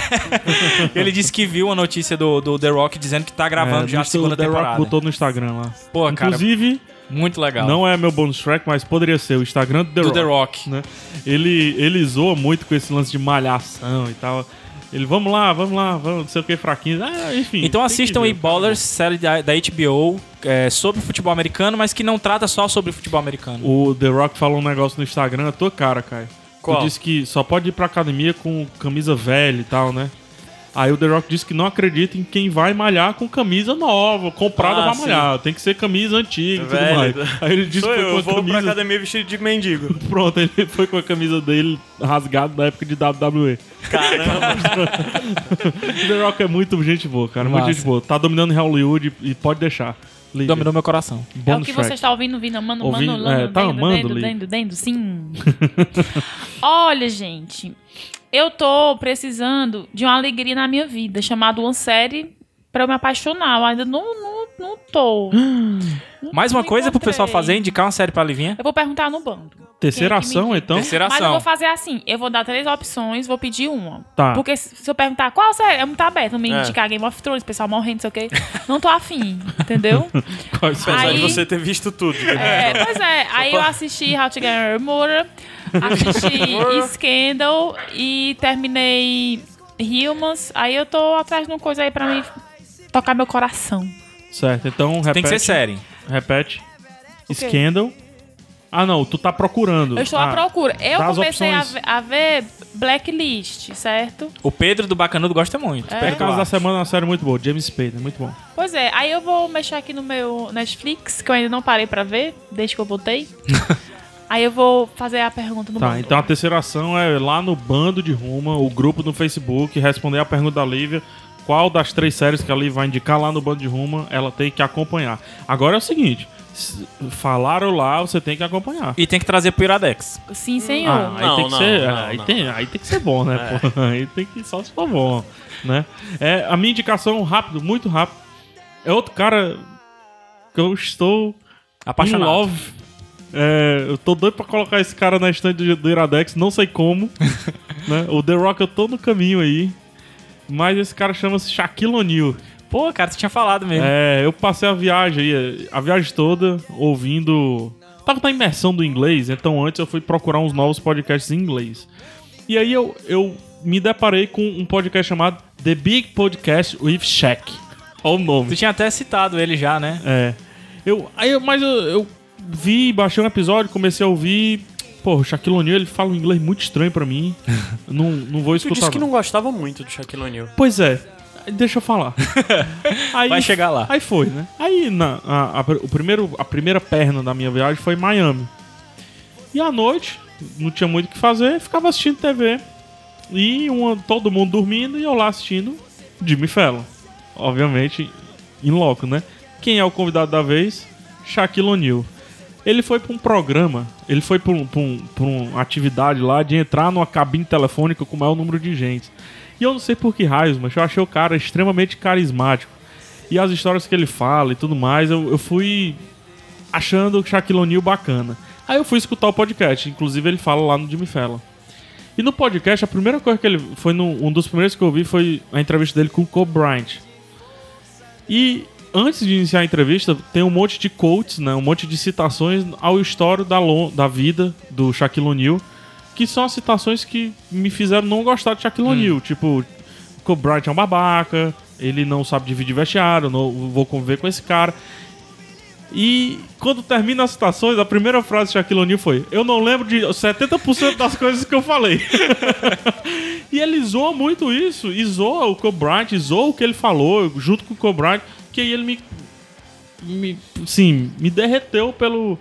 Ele disse que viu a notícia do, do The Rock dizendo que tá gravando já a visto É, o segunda The temporada. Rock botou no Instagram lá. Pô, cara, Inclusive, muito legal. não é meu bonus track, mas poderia ser o Instagram do The do Rock. The Rock. né? Ele, ele zoa muito com esse lance de malhação e tal. Ele, vamos lá, vamos lá, vamos, não sei o que, fraquinho. Ah, enfim. Então tem assistam que ver, aí cara. Ballers, série da, da HBO, é, sobre futebol americano, mas que não trata só sobre futebol americano. O The Rock falou um negócio no Instagram, a tua cara, Kai. Qual? Tu disse que só pode ir pra academia com camisa velha e tal, né? Aí o The Rock disse que não acredita em quem vai malhar com camisa nova, comprada Ah, pra sim. malhar. Tem que ser camisa antiga e tudo mais. Velho. Aí ele disse Sou que eu, foi eu com a vou pra camisa. academia vestido de mendigo. Pronto, ele foi com a camisa dele rasgada da época de WWE. Caramba. The Rock é muito gente boa, cara. Muito Massa. gente boa. Tá dominando Hollywood e pode deixar. Lívia, Dominou meu coração. É o bônus que track. você está ouvindo, ouvindo, mano, Ouvindo, mano, lando, é, tá dendo, amando, dendo, Li? dendo, dendo, sim. Olha, gente, eu tô precisando de uma alegria na minha vida, chamada uma série pra eu me apaixonar. Eu ainda não, não, não tô. Mais uma coisa pro pessoal encontrei. fazer, indicar uma série pra Livinha. Eu vou perguntar no bando. Terceira Quem que me ação, diz? então? Terceira Mas eu ação. vou fazer assim, eu vou dar três opções, vou pedir uma. Tá. Porque se se eu perguntar qual série, é muito aberto, não me É. indicar Game of Thrones, pessoal morrendo, não sei o quê. Não tô afim, entendeu? Quais são? Apesar de Aí- você ter visto tudo. né? É, pois é, aí eu assisti How to Get Away with Murder, assisti Scandal e terminei Humans. Aí eu tô atrás de uma coisa aí pra mim tocar meu coração. Certo, então repete. Tem que ser série. Repete. Scandal. Ah, não, tu tá procurando. Eu estou à Ah, procura. Eu dá as comecei a opções. ver, a ver Blacklist, certo? O Pedro do Bacanudo gosta muito. É Pedro Casa da Duarte. Semana é uma série muito boa. James Spader, muito bom. Pois é, aí eu vou mexer aqui no meu Netflix, que eu ainda não parei pra ver, desde que eu botei. aí eu vou fazer a pergunta no Tá, mundo. então a terceira ação é lá no bando de Ruma, o grupo no Facebook, responder a pergunta da Lívia. Qual das três séries que a Lívia vai indicar lá no bando de Ruma, ela tem que acompanhar. Agora é o seguinte: s- falaram lá, você tem que acompanhar. E tem que trazer pro Iradex. Sim, senhor. Ah, aí Não, tem que não, ser, não, aí, não. É. Tem, aí tem que ser bom, né? pô? Aí tem que só se for bom, né? É, a minha indicação rápido, muito rápido. É outro cara que eu estou Apaixonado. in love. É, eu tô doido pra colocar esse cara na estante do, do Iradex, não sei como. né? O The Rock eu tô no caminho aí. Mas esse cara chama-se Shaquille O'Neal. Pô, cara, tu tinha falado mesmo. É, eu passei a viagem aí, a viagem toda ouvindo. Tava na imersão do inglês, então antes eu fui procurar uns novos podcasts em inglês. E aí eu, eu me deparei com um podcast chamado The Big Podcast with Shaq. Olha o nome. Tu tinha até citado ele já, né? É. Eu, aí, eu- mas eu, eu vi, baixei um episódio, comecei a ouvir. Pô, o Shaquille O'Neal, ele fala um inglês muito estranho pra mim. não, não vou Tu escutar. disse que não. não gostava muito do Shaquille O'Neal. Pois é. Deixa eu falar. Aí- Vai chegar lá. Aí foi, né? Aí na, a, a- o primeiro, a primeira perna da minha viagem foi em Miami. E à noite, não tinha muito o que fazer, ficava assistindo TV. E uma, todo mundo dormindo e eu lá assistindo Jimmy Fallon. Obviamente, em loco, né? Quem é o convidado da vez? Shaquille O'Neal. Ele foi pra um programa, ele foi pra, um, pra, um- pra uma atividade lá de entrar numa cabine telefônica com o maior número de gente. E eu não sei por que raios, mas eu achei o cara extremamente carismático. E as histórias que ele fala e tudo mais, eu, eu fui achando o Shaquille O'Neal bacana. Aí eu fui escutar o podcast, inclusive ele fala lá no Jimmy Fallon. E no podcast, a primeira coisa que ele. Foi no, um dos primeiros que eu vi foi a entrevista dele com o Kobe Bryant. E antes de iniciar a entrevista, tem um monte de quotes, né? Um monte de citações ao histórico da, lo- da vida do Shaquille O'Neal, que são as citações que me fizeram não gostar de Shaquille O'Neal. Tipo, o Kobe Bryant é um babaca, ele não sabe dividir vestiário, não vou conviver com esse cara. E quando termina as citações, a primeira frase de Shaquille O'Neal foi: Eu não lembro de 70% das coisas que eu falei. E ele zoa muito isso, e zoa o Kobe Bryant, e zoa o que ele falou, junto com o Kobe Bryant, que aí ele me, me sim, me derreteu pelo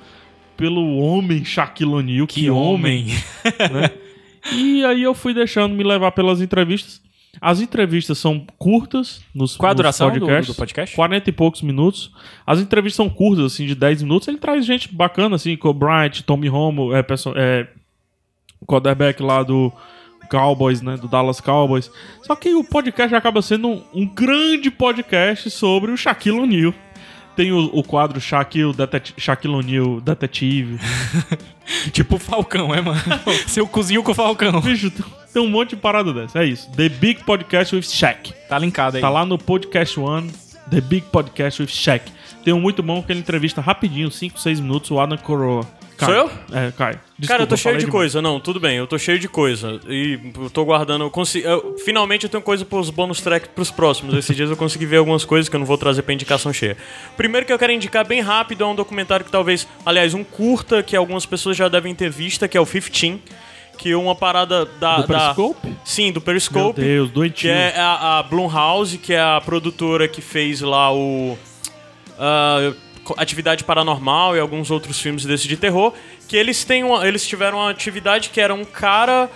pelo homem Shaquille O'Neal, que, homem. E aí eu fui deixando me levar pelas entrevistas. As entrevistas são curtas nos, Qual a nos duração do- podcasts, do podcast? 40 e poucos minutos. As entrevistas são curtas, assim, de 10 minutos. Ele traz gente bacana, assim, Kobe Bryant, Tommy Romo, é, perso- é, quarterback lá do Cowboys, né? Do Dallas Cowboys. Só que o podcast acaba sendo um, um grande podcast sobre o Shaquille O'Neal. Tem o, o quadro Shaquille, Detet- Shaquille O'Neal Detetive. Tipo o Falcão, é, mano? Seu cozinho com o Falcão. Bicho, tem- tem um monte de parada dessa. É isso. The Big Podcast with Shaq. Tá linkado aí. Tá lá no Podcast One, The Big Podcast with Shaq. Tem um muito bom que ele entrevista rapidinho, 5, 6 minutos, o Adam Coroa. Caio. Sou eu? É, Caio. Desculpa, Cara, eu tô cheio falei de demais. coisa. Não, tudo bem, eu tô cheio de coisa. E eu tô guardando. Eu consi- eu- finalmente eu tenho coisa pros bônus track pros próximos. Esses dias eu consegui ver algumas coisas que eu não vou trazer pra indicação cheia. Primeiro que eu quero indicar bem rápido é um documentário que talvez. Aliás, um curta que algumas pessoas já devem ter visto, que é o 15. Que uma parada da. Do da- Periscope? Sim, do Meu Periscope. Deus, doentio. Que é a, a Blumhouse, que é a produtora que fez lá o. ah, co- Atividade Paranormal e alguns outros filmes desses de terror. Que eles têm uma, eles tiveram uma atividade que era um cara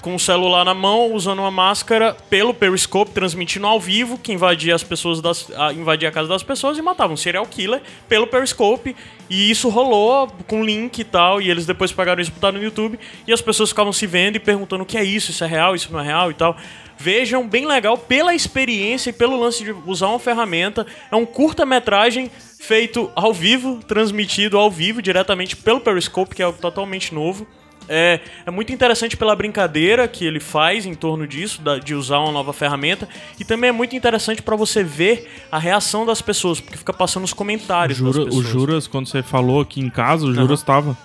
com o celular na mão, usando uma máscara, pelo Periscope, transmitindo ao vivo, que invadia as pessoas das, a, invadia a casa das pessoas e matava um serial killer pelo Periscope. E isso rolou com link e tal, e eles depois pegaram isso e botaram no YouTube, e as pessoas ficavam se vendo e perguntando o que é isso, isso é real, isso não é real e tal. Vejam, bem legal, pela experiência e pelo lance de usar uma ferramenta. É um curta-metragem feito ao vivo, transmitido ao vivo, diretamente pelo Periscope, que é algo totalmente novo. É, é muito interessante pela brincadeira que ele faz em torno disso, da- de usar uma nova ferramenta. E também é muito interessante pra você ver a reação das pessoas, porque fica passando os comentários Jura, das o pessoas. Juras, quando você falou aqui em casa, o Juras tava.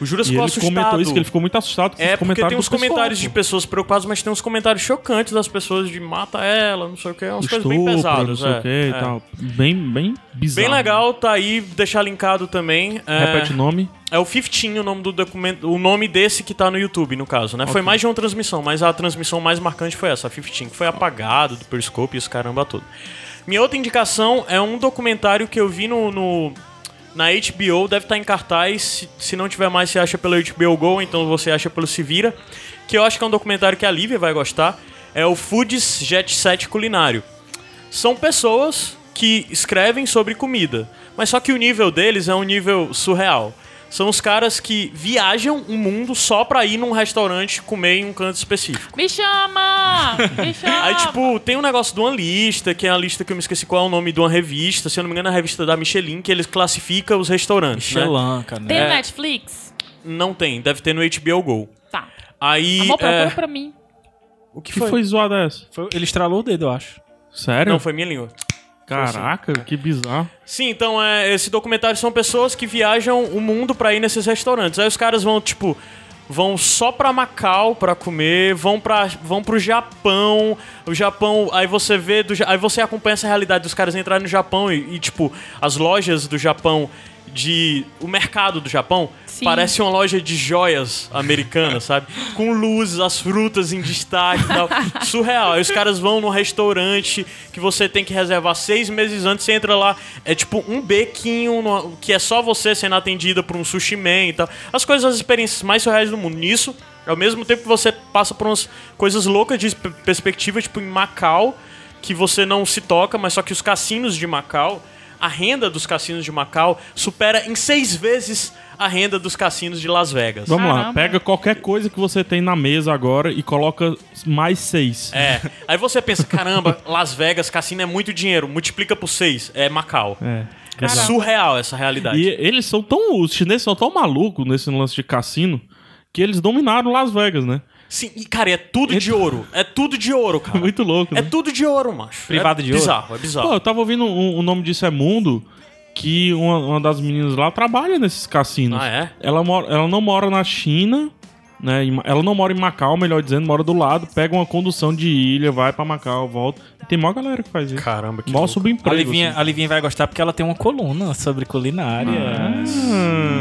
o Juras E ele ficou assustado. comentou isso, que ele ficou muito assustado com É, os porque comentários tem uns do pessoal, comentários pô. de pessoas preocupadas, mas tem uns comentários chocantes das pessoas de mata ela, não sei o que, umas coisas bem Estupro, pesadas. não sei é, o que e é. tal. Bem, bem bizarro. Bem legal, tá aí, deixar linkado também. é, Repete o nome. É o 15 o nome do documento, o nome desse que tá no YouTube, no caso, né? Foi mais de uma transmissão, mas a transmissão mais marcante foi essa, a 15, que foi apagado do Periscope e esse caramba todo. Minha outra indicação é um documentário que eu vi no, no- na HBO, deve estar em cartaz, se, se não tiver mais você acha pelo HBO Go, então você acha pelo Se Vira, que eu acho que é um documentário que a Lívia vai gostar, é o Foods Jet Set Culinário são pessoas que escrevem sobre comida, mas só que o nível deles é um nível surreal. São os caras que viajam o mundo só pra ir num restaurante comer em um canto específico. Me chama! Me chama! Aí, tipo, tem um negócio de uma lista, que é a lista que eu me esqueci qual é o nome de uma revista, se eu não me engano, é a revista da Michelin, que eles classificam os restaurantes, né? Xelanca, Tem né? é. no Netflix? Não tem, deve ter no HBO Go. Tá. Aí. Amor, procura é, pra mim. O que Que foi? foi zoada essa? Foi- ele estralou o dedo, eu acho. Sério? Não, foi assim. minha língua. Caraca, que bizarro. Sim, então é, esse documentário são pessoas que viajam o mundo pra ir nesses restaurantes. Aí os caras vão, tipo, vão só pra Macau pra comer, vão para vão pro Japão. O Japão, aí você vê do, Ja- aí você acompanha essa realidade dos caras entrarem no Japão e, e, tipo, as lojas do Japão de o mercado do Japão Sim. parece uma loja de joias americana, sabe? Com luzes, as frutas em destaque e tal. Surreal. Aí os caras vão num restaurante que você tem que reservar seis meses antes, você entra lá, é tipo um bequinho no- que é só você sendo atendida por um sushi man e tal. As coisas, as experiências mais surreais do mundo. Nisso, ao mesmo tempo que você passa por umas coisas loucas de pe- perspectiva, tipo em Macau, que você não se toca, mas só que os cassinos de Macau, a renda dos cassinos de Macau supera em seis vezes a renda dos cassinos de Las Vegas. Vamos lá, Caramba. pega qualquer coisa que você tem na mesa agora e coloca mais seis. É. Aí você pensa, caramba, Las Vegas, cassino é muito dinheiro, multiplica por seis, é Macau. É, É. surreal essa realidade. E eles são tão. Os chineses são tão malucos nesse lance de cassino que eles dominaram Las Vegas, né? Sim, e cara, é tudo de ouro. É tudo de ouro, cara. Muito louco, É né? tudo de ouro, macho. Privado é de ouro? Bizarro, é bizarro. Pô, eu tava ouvindo um- o nome disso é Mundo, que uma, uma das meninas lá trabalha nesses cassinos. Ah, é? Ela, mora, ela não mora na China, né? em Ma- Ela não mora em Macau, melhor dizendo, mora do lado, pega uma condução de ilha, vai pra Macau, volta. E tem maior galera que faz isso. Caramba, que Mó louco. subemprego. A Livinha, assim. a Livinha vai gostar porque ela tem uma coluna sobre culinária.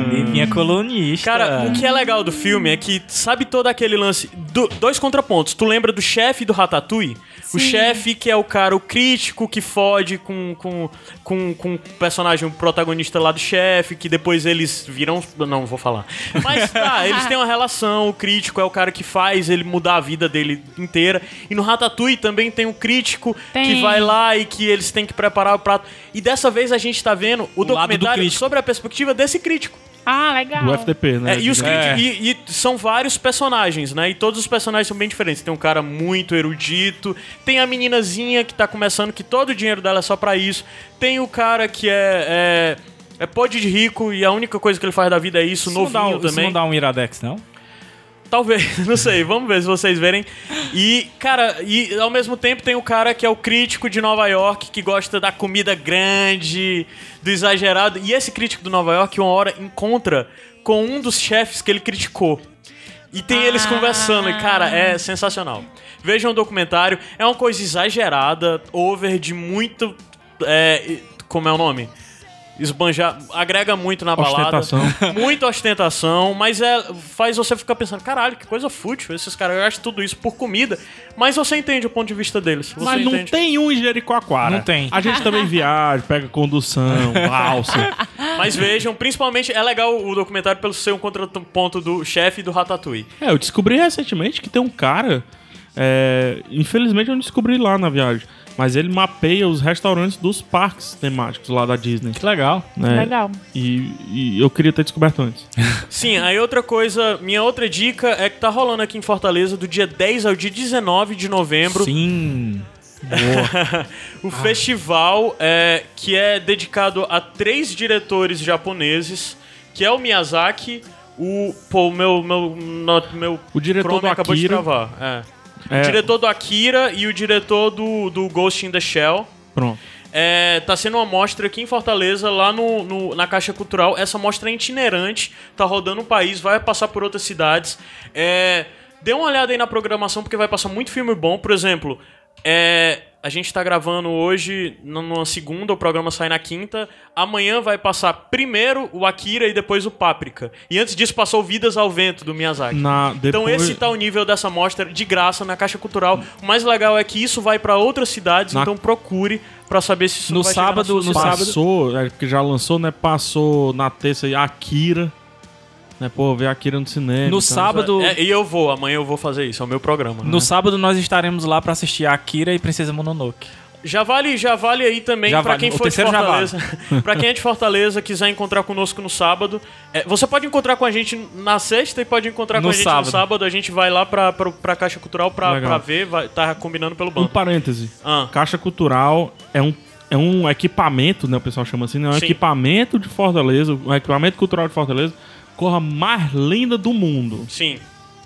Livinha é colunista. Cara, o que é legal do filme é que, sabe todo aquele lance. do- dois contrapontos. Tu lembra do chefe do Ratatouille? O chefe que é o cara, o crítico que fode com, com, com, com o personagem, o protagonista lá do chefe, que depois eles viram. Não, vou falar. Mas tá, eles têm uma relação. O crítico é o cara que faz ele mudar a vida dele inteira. E no Ratatouille também tem o crítico que Tem. vai lá e que eles têm que preparar o prato. E dessa vez a gente tá vendo o, do documentário crítico. sobre a perspectiva desse crítico. Ah, legal. Do FDP, né? É, e, os É. críticos- e- e são vários personagens, né? E todos os personagens são bem diferentes. Tem um cara muito erudito, tem a meninazinha que tá começando, que todo o dinheiro dela é só pra isso. Tem o cara que é. é... é pod de rico e a única coisa que ele faz da vida é Isso isso, não dá novinho um- isso também. não dá um Iradex, não? Talvez, não sei, vamos ver se vocês verem. E, cara, e ao mesmo tempo tem o cara que é o crítico de Nova York, que gosta da comida grande, do exagerado. E esse crítico do Nova York, uma hora, encontra com um dos chefes que ele criticou. E tem eles conversando, e cara, é sensacional. Vejam o documentário, é uma coisa exagerada, over de muito. é, como é o nome? esbanjar, agrega muito na balada. Ostentação. Muita ostentação, mas é faz você ficar pensando, caralho, que coisa fútil, esses caras gastam tudo isso por comida, mas você entende o ponto de vista deles. Você Mas não entende. tem um em Jericoacoara. Não tem. A gente também viaja, pega condução, balsa. Mas vejam, principalmente é legal o documentário pelo ser um contraponto do chefe e do Ratatouille. É, eu descobri recentemente que tem um cara. é, infelizmente eu não descobri lá na viagem. Mas ele mapeia os restaurantes dos parques temáticos lá da Disney. Que legal. né? Legal. E, e eu queria ter descoberto antes. Sim, aí outra coisa, minha outra dica é que tá rolando aqui em Fortaleza do dia 10 ao dia 19 de novembro. Sim. o festival é, que é dedicado a três diretores japoneses, que é o Miyazaki, o pô, o meu meu not- meu O diretor Chrome do acabou de Akira. travar. é. É. O diretor do Akira e o diretor do, do Ghost in the Shell. Pronto. É, tá sendo uma mostra aqui em Fortaleza, lá no, no- na Caixa Cultural. Essa mostra é itinerante, tá rodando o país, vai passar por outras cidades. É, dê uma olhada aí na programação, porque vai passar muito filme bom. Por exemplo, é, a gente tá gravando hoje, n- numa segunda, o programa sai na quinta. Amanhã vai passar primeiro o Akira e depois o Páprica. E antes disso passou Vidas ao Vento, do Miyazaki. Na, Então depois- esse tá o nível dessa mostra de graça na Caixa Cultural. O mais legal é que isso vai pra outras cidades, Na- então procure pra saber se isso No vai chegar sábado- na sua no cidade. sábado- Passou, é, porque já lançou, né? Passou na terça aí Akira. Né, pô, ver Akira no cinema. No então, sábado, É, e eu vou, amanhã eu vou fazer isso, é o meu programa. no sábado nós estaremos lá pra assistir a Akira e Princesa Mononoke. Já vale, já vale aí também Já pra vale. quem O for de terceiro já Fortaleza. pra quem é de Fortaleza, quiser encontrar conosco no sábado. É, você pode encontrar com a gente na sexta e pode encontrar com No a gente sábado. no sábado. A gente vai lá pra, pra, pra Caixa Cultural pra, Legal. pra ver, vai, tá combinando pelo Um banco. parêntese. Ah. Caixa Cultural é um, é um equipamento, né? O pessoal chama assim, né? É um Sim. equipamento de Fortaleza, um equipamento cultural de Fortaleza, corra mais linda do mundo, Sim.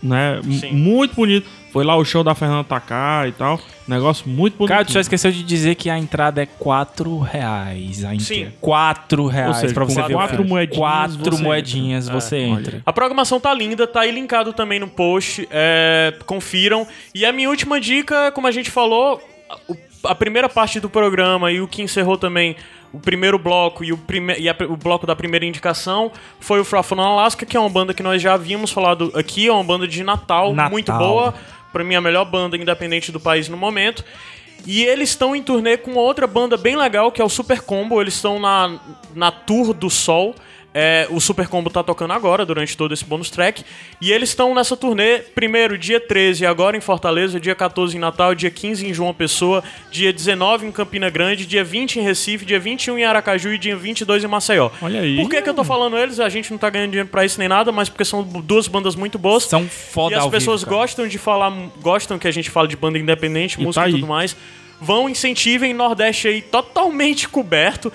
né? M- Sim. Muito bonito. Foi lá o show da Fernanda Taká e tal. Negócio muito bonito. Cara, tu só esqueceu de dizer que a entrada é 4 reais. A Sim. 4 reais seja, pra você com ver quatro o filme. moedinhas Quatro você moedinhas você entra. É, A programação tá linda, tá aí linkado também no post. é, confiram. E a minha última dica, como a gente falou, a, o- a primeira parte do programa e o que encerrou também o primeiro bloco e o, prime e a pr- o bloco da primeira indicação foi o Frafon Alaska, que é uma banda que nós já havíamos falado aqui, é uma banda de Natal, Natal. muito boa. Pra mim, a melhor banda independente do país no momento. E eles estão em turnê com outra banda bem legal, que é o Super Combo. Eles estão na, na Tour do Sol. É, o Super Combo tá tocando agora, durante todo esse bônus track. E eles estão nessa turnê, primeiro, dia 13 agora em Fortaleza, dia 14 em Natal, dia 15 em João Pessoa, dia 19 em Campina Grande, dia 20 em Recife, dia 21 em Aracaju e dia 22 em Maceió. Olha aí. Por que, que eu tô falando eles? A gente não tá ganhando dinheiro pra isso nem nada, mas porque são duas bandas muito boas. São foda E as ao vivo, pessoas cara. gostam de falar, gostam que a gente fale de banda independente, E música tá e aí. tudo mais. Vão, incentivem Nordeste aí totalmente coberto.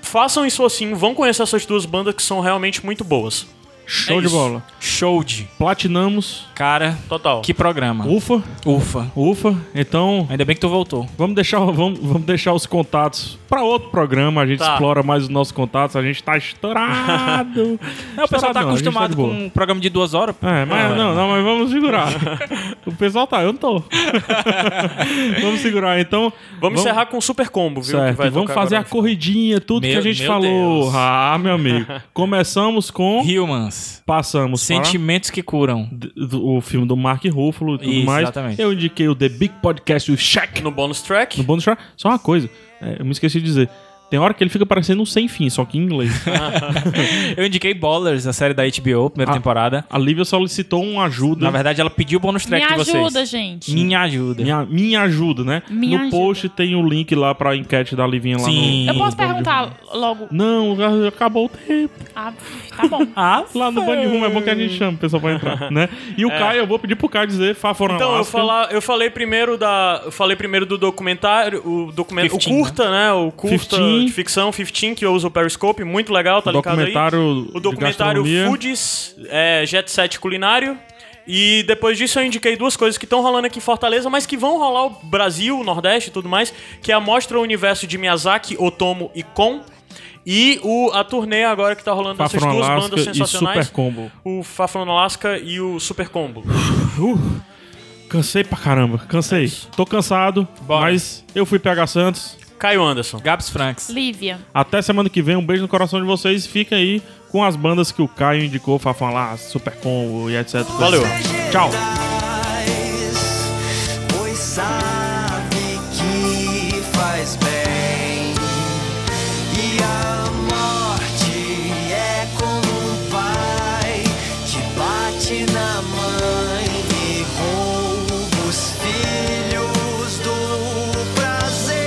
Façam isso assim, vão conhecer essas duas bandas que são realmente muito boas. Show é de isso. bola. Show de. Platinamos. Cara, Total. que programa. Ufa, Ufa. ufa. Então, Ainda bem que tu voltou. Vamos deixar, vamos, vamos deixar os contatos para outro programa. A gente Tá. explora mais os nossos contatos. A gente tá estourado. Não, o pessoal Estourado tá não, a gente de acostumado boa. com um programa de duas horas. Ah, É, mas não, não, mas vamos segurar. o pessoal tá, eu não tô. vamos segurar, então. Vamos, encerrar com um super combo, viu? Certo, que vai e vamos tocar fazer a agora. corridinha, tudo Meu- que a gente meu falou. Deus. Ah, meu amigo. Começamos com. Humans. Passamos para Sentimentos que curam. d- do- o filme do Mark Ruffalo e tudo Isso, mais. exatamente. Eu indiquei o The Big Podcast with Shaq. No bonus track. No bônus track, só uma coisa, é, eu me esqueci de dizer. Tem hora que ele fica parecendo um sem fim, só que em inglês. Eu indiquei Ballers, a série da HBO, primeira Ah. temporada. a Lívia solicitou uma ajuda. Na verdade, ela pediu o bônus Me track de vocês. ajuda, gente. Minha ajuda. minha, minha ajuda, né? Minha no ajuda. post tem o link lá pra enquete da Livinha lá Sim. no. Eu no posso Band perguntar logo. Room. Não, já acabou o tempo. Ah, tá bom. Ah, Lá no Band Room é bom que a gente chama o pessoal pra entrar, né? E o Caio, eu vou pedir pro Caio dizer Faforan É. Então, eu, Alaska. falar, eu falei primeiro da. Eu falei primeiro do documentário, o documento. 15, o curta, né? O curta 15. de ficção 15, que eu uso o Periscope, muito legal, tá ligado aí. documentário O de documentário gastronomia. Foods, é, Jet Set Culinário. E depois disso eu indiquei duas coisas que estão rolando aqui em Fortaleza, mas que vão rolar o Brasil, o Nordeste e tudo mais, que é a Mostra Universo de Miyazaki, Otomo e Kon. E o, a turnê agora que tá rolando dessas Fafron duas Alaska bandas e sensacionais. Super Combo. O Fafron Alaska e o Super Combo. Uh, É cansei pra caramba, cansei. Tô cansado, mas eu fui PH Santos. Caio Anderson. Gabs Franks. Lívia. Até semana que vem, um beijo no coração de vocês. Fica aí com as bandas que o Caio indicou, Fafão lá, Super Combo e etc. Valeu. Tchau. Pois sabe que faz bem. E a morte é como um pai que bate na mãe e rouba os filhos do prazer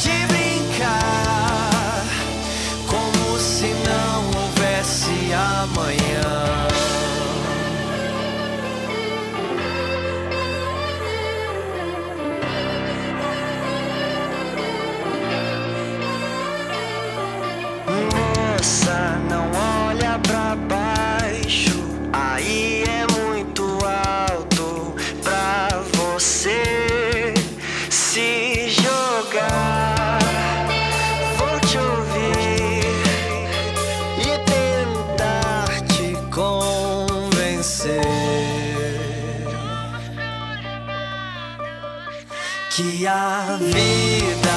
de brincar como se não houvesse amanhã. Moça, não olha pra baixo, aí é muito alto pra você se jogar. Vou te ouvir e tentar te convencer que a vida é é um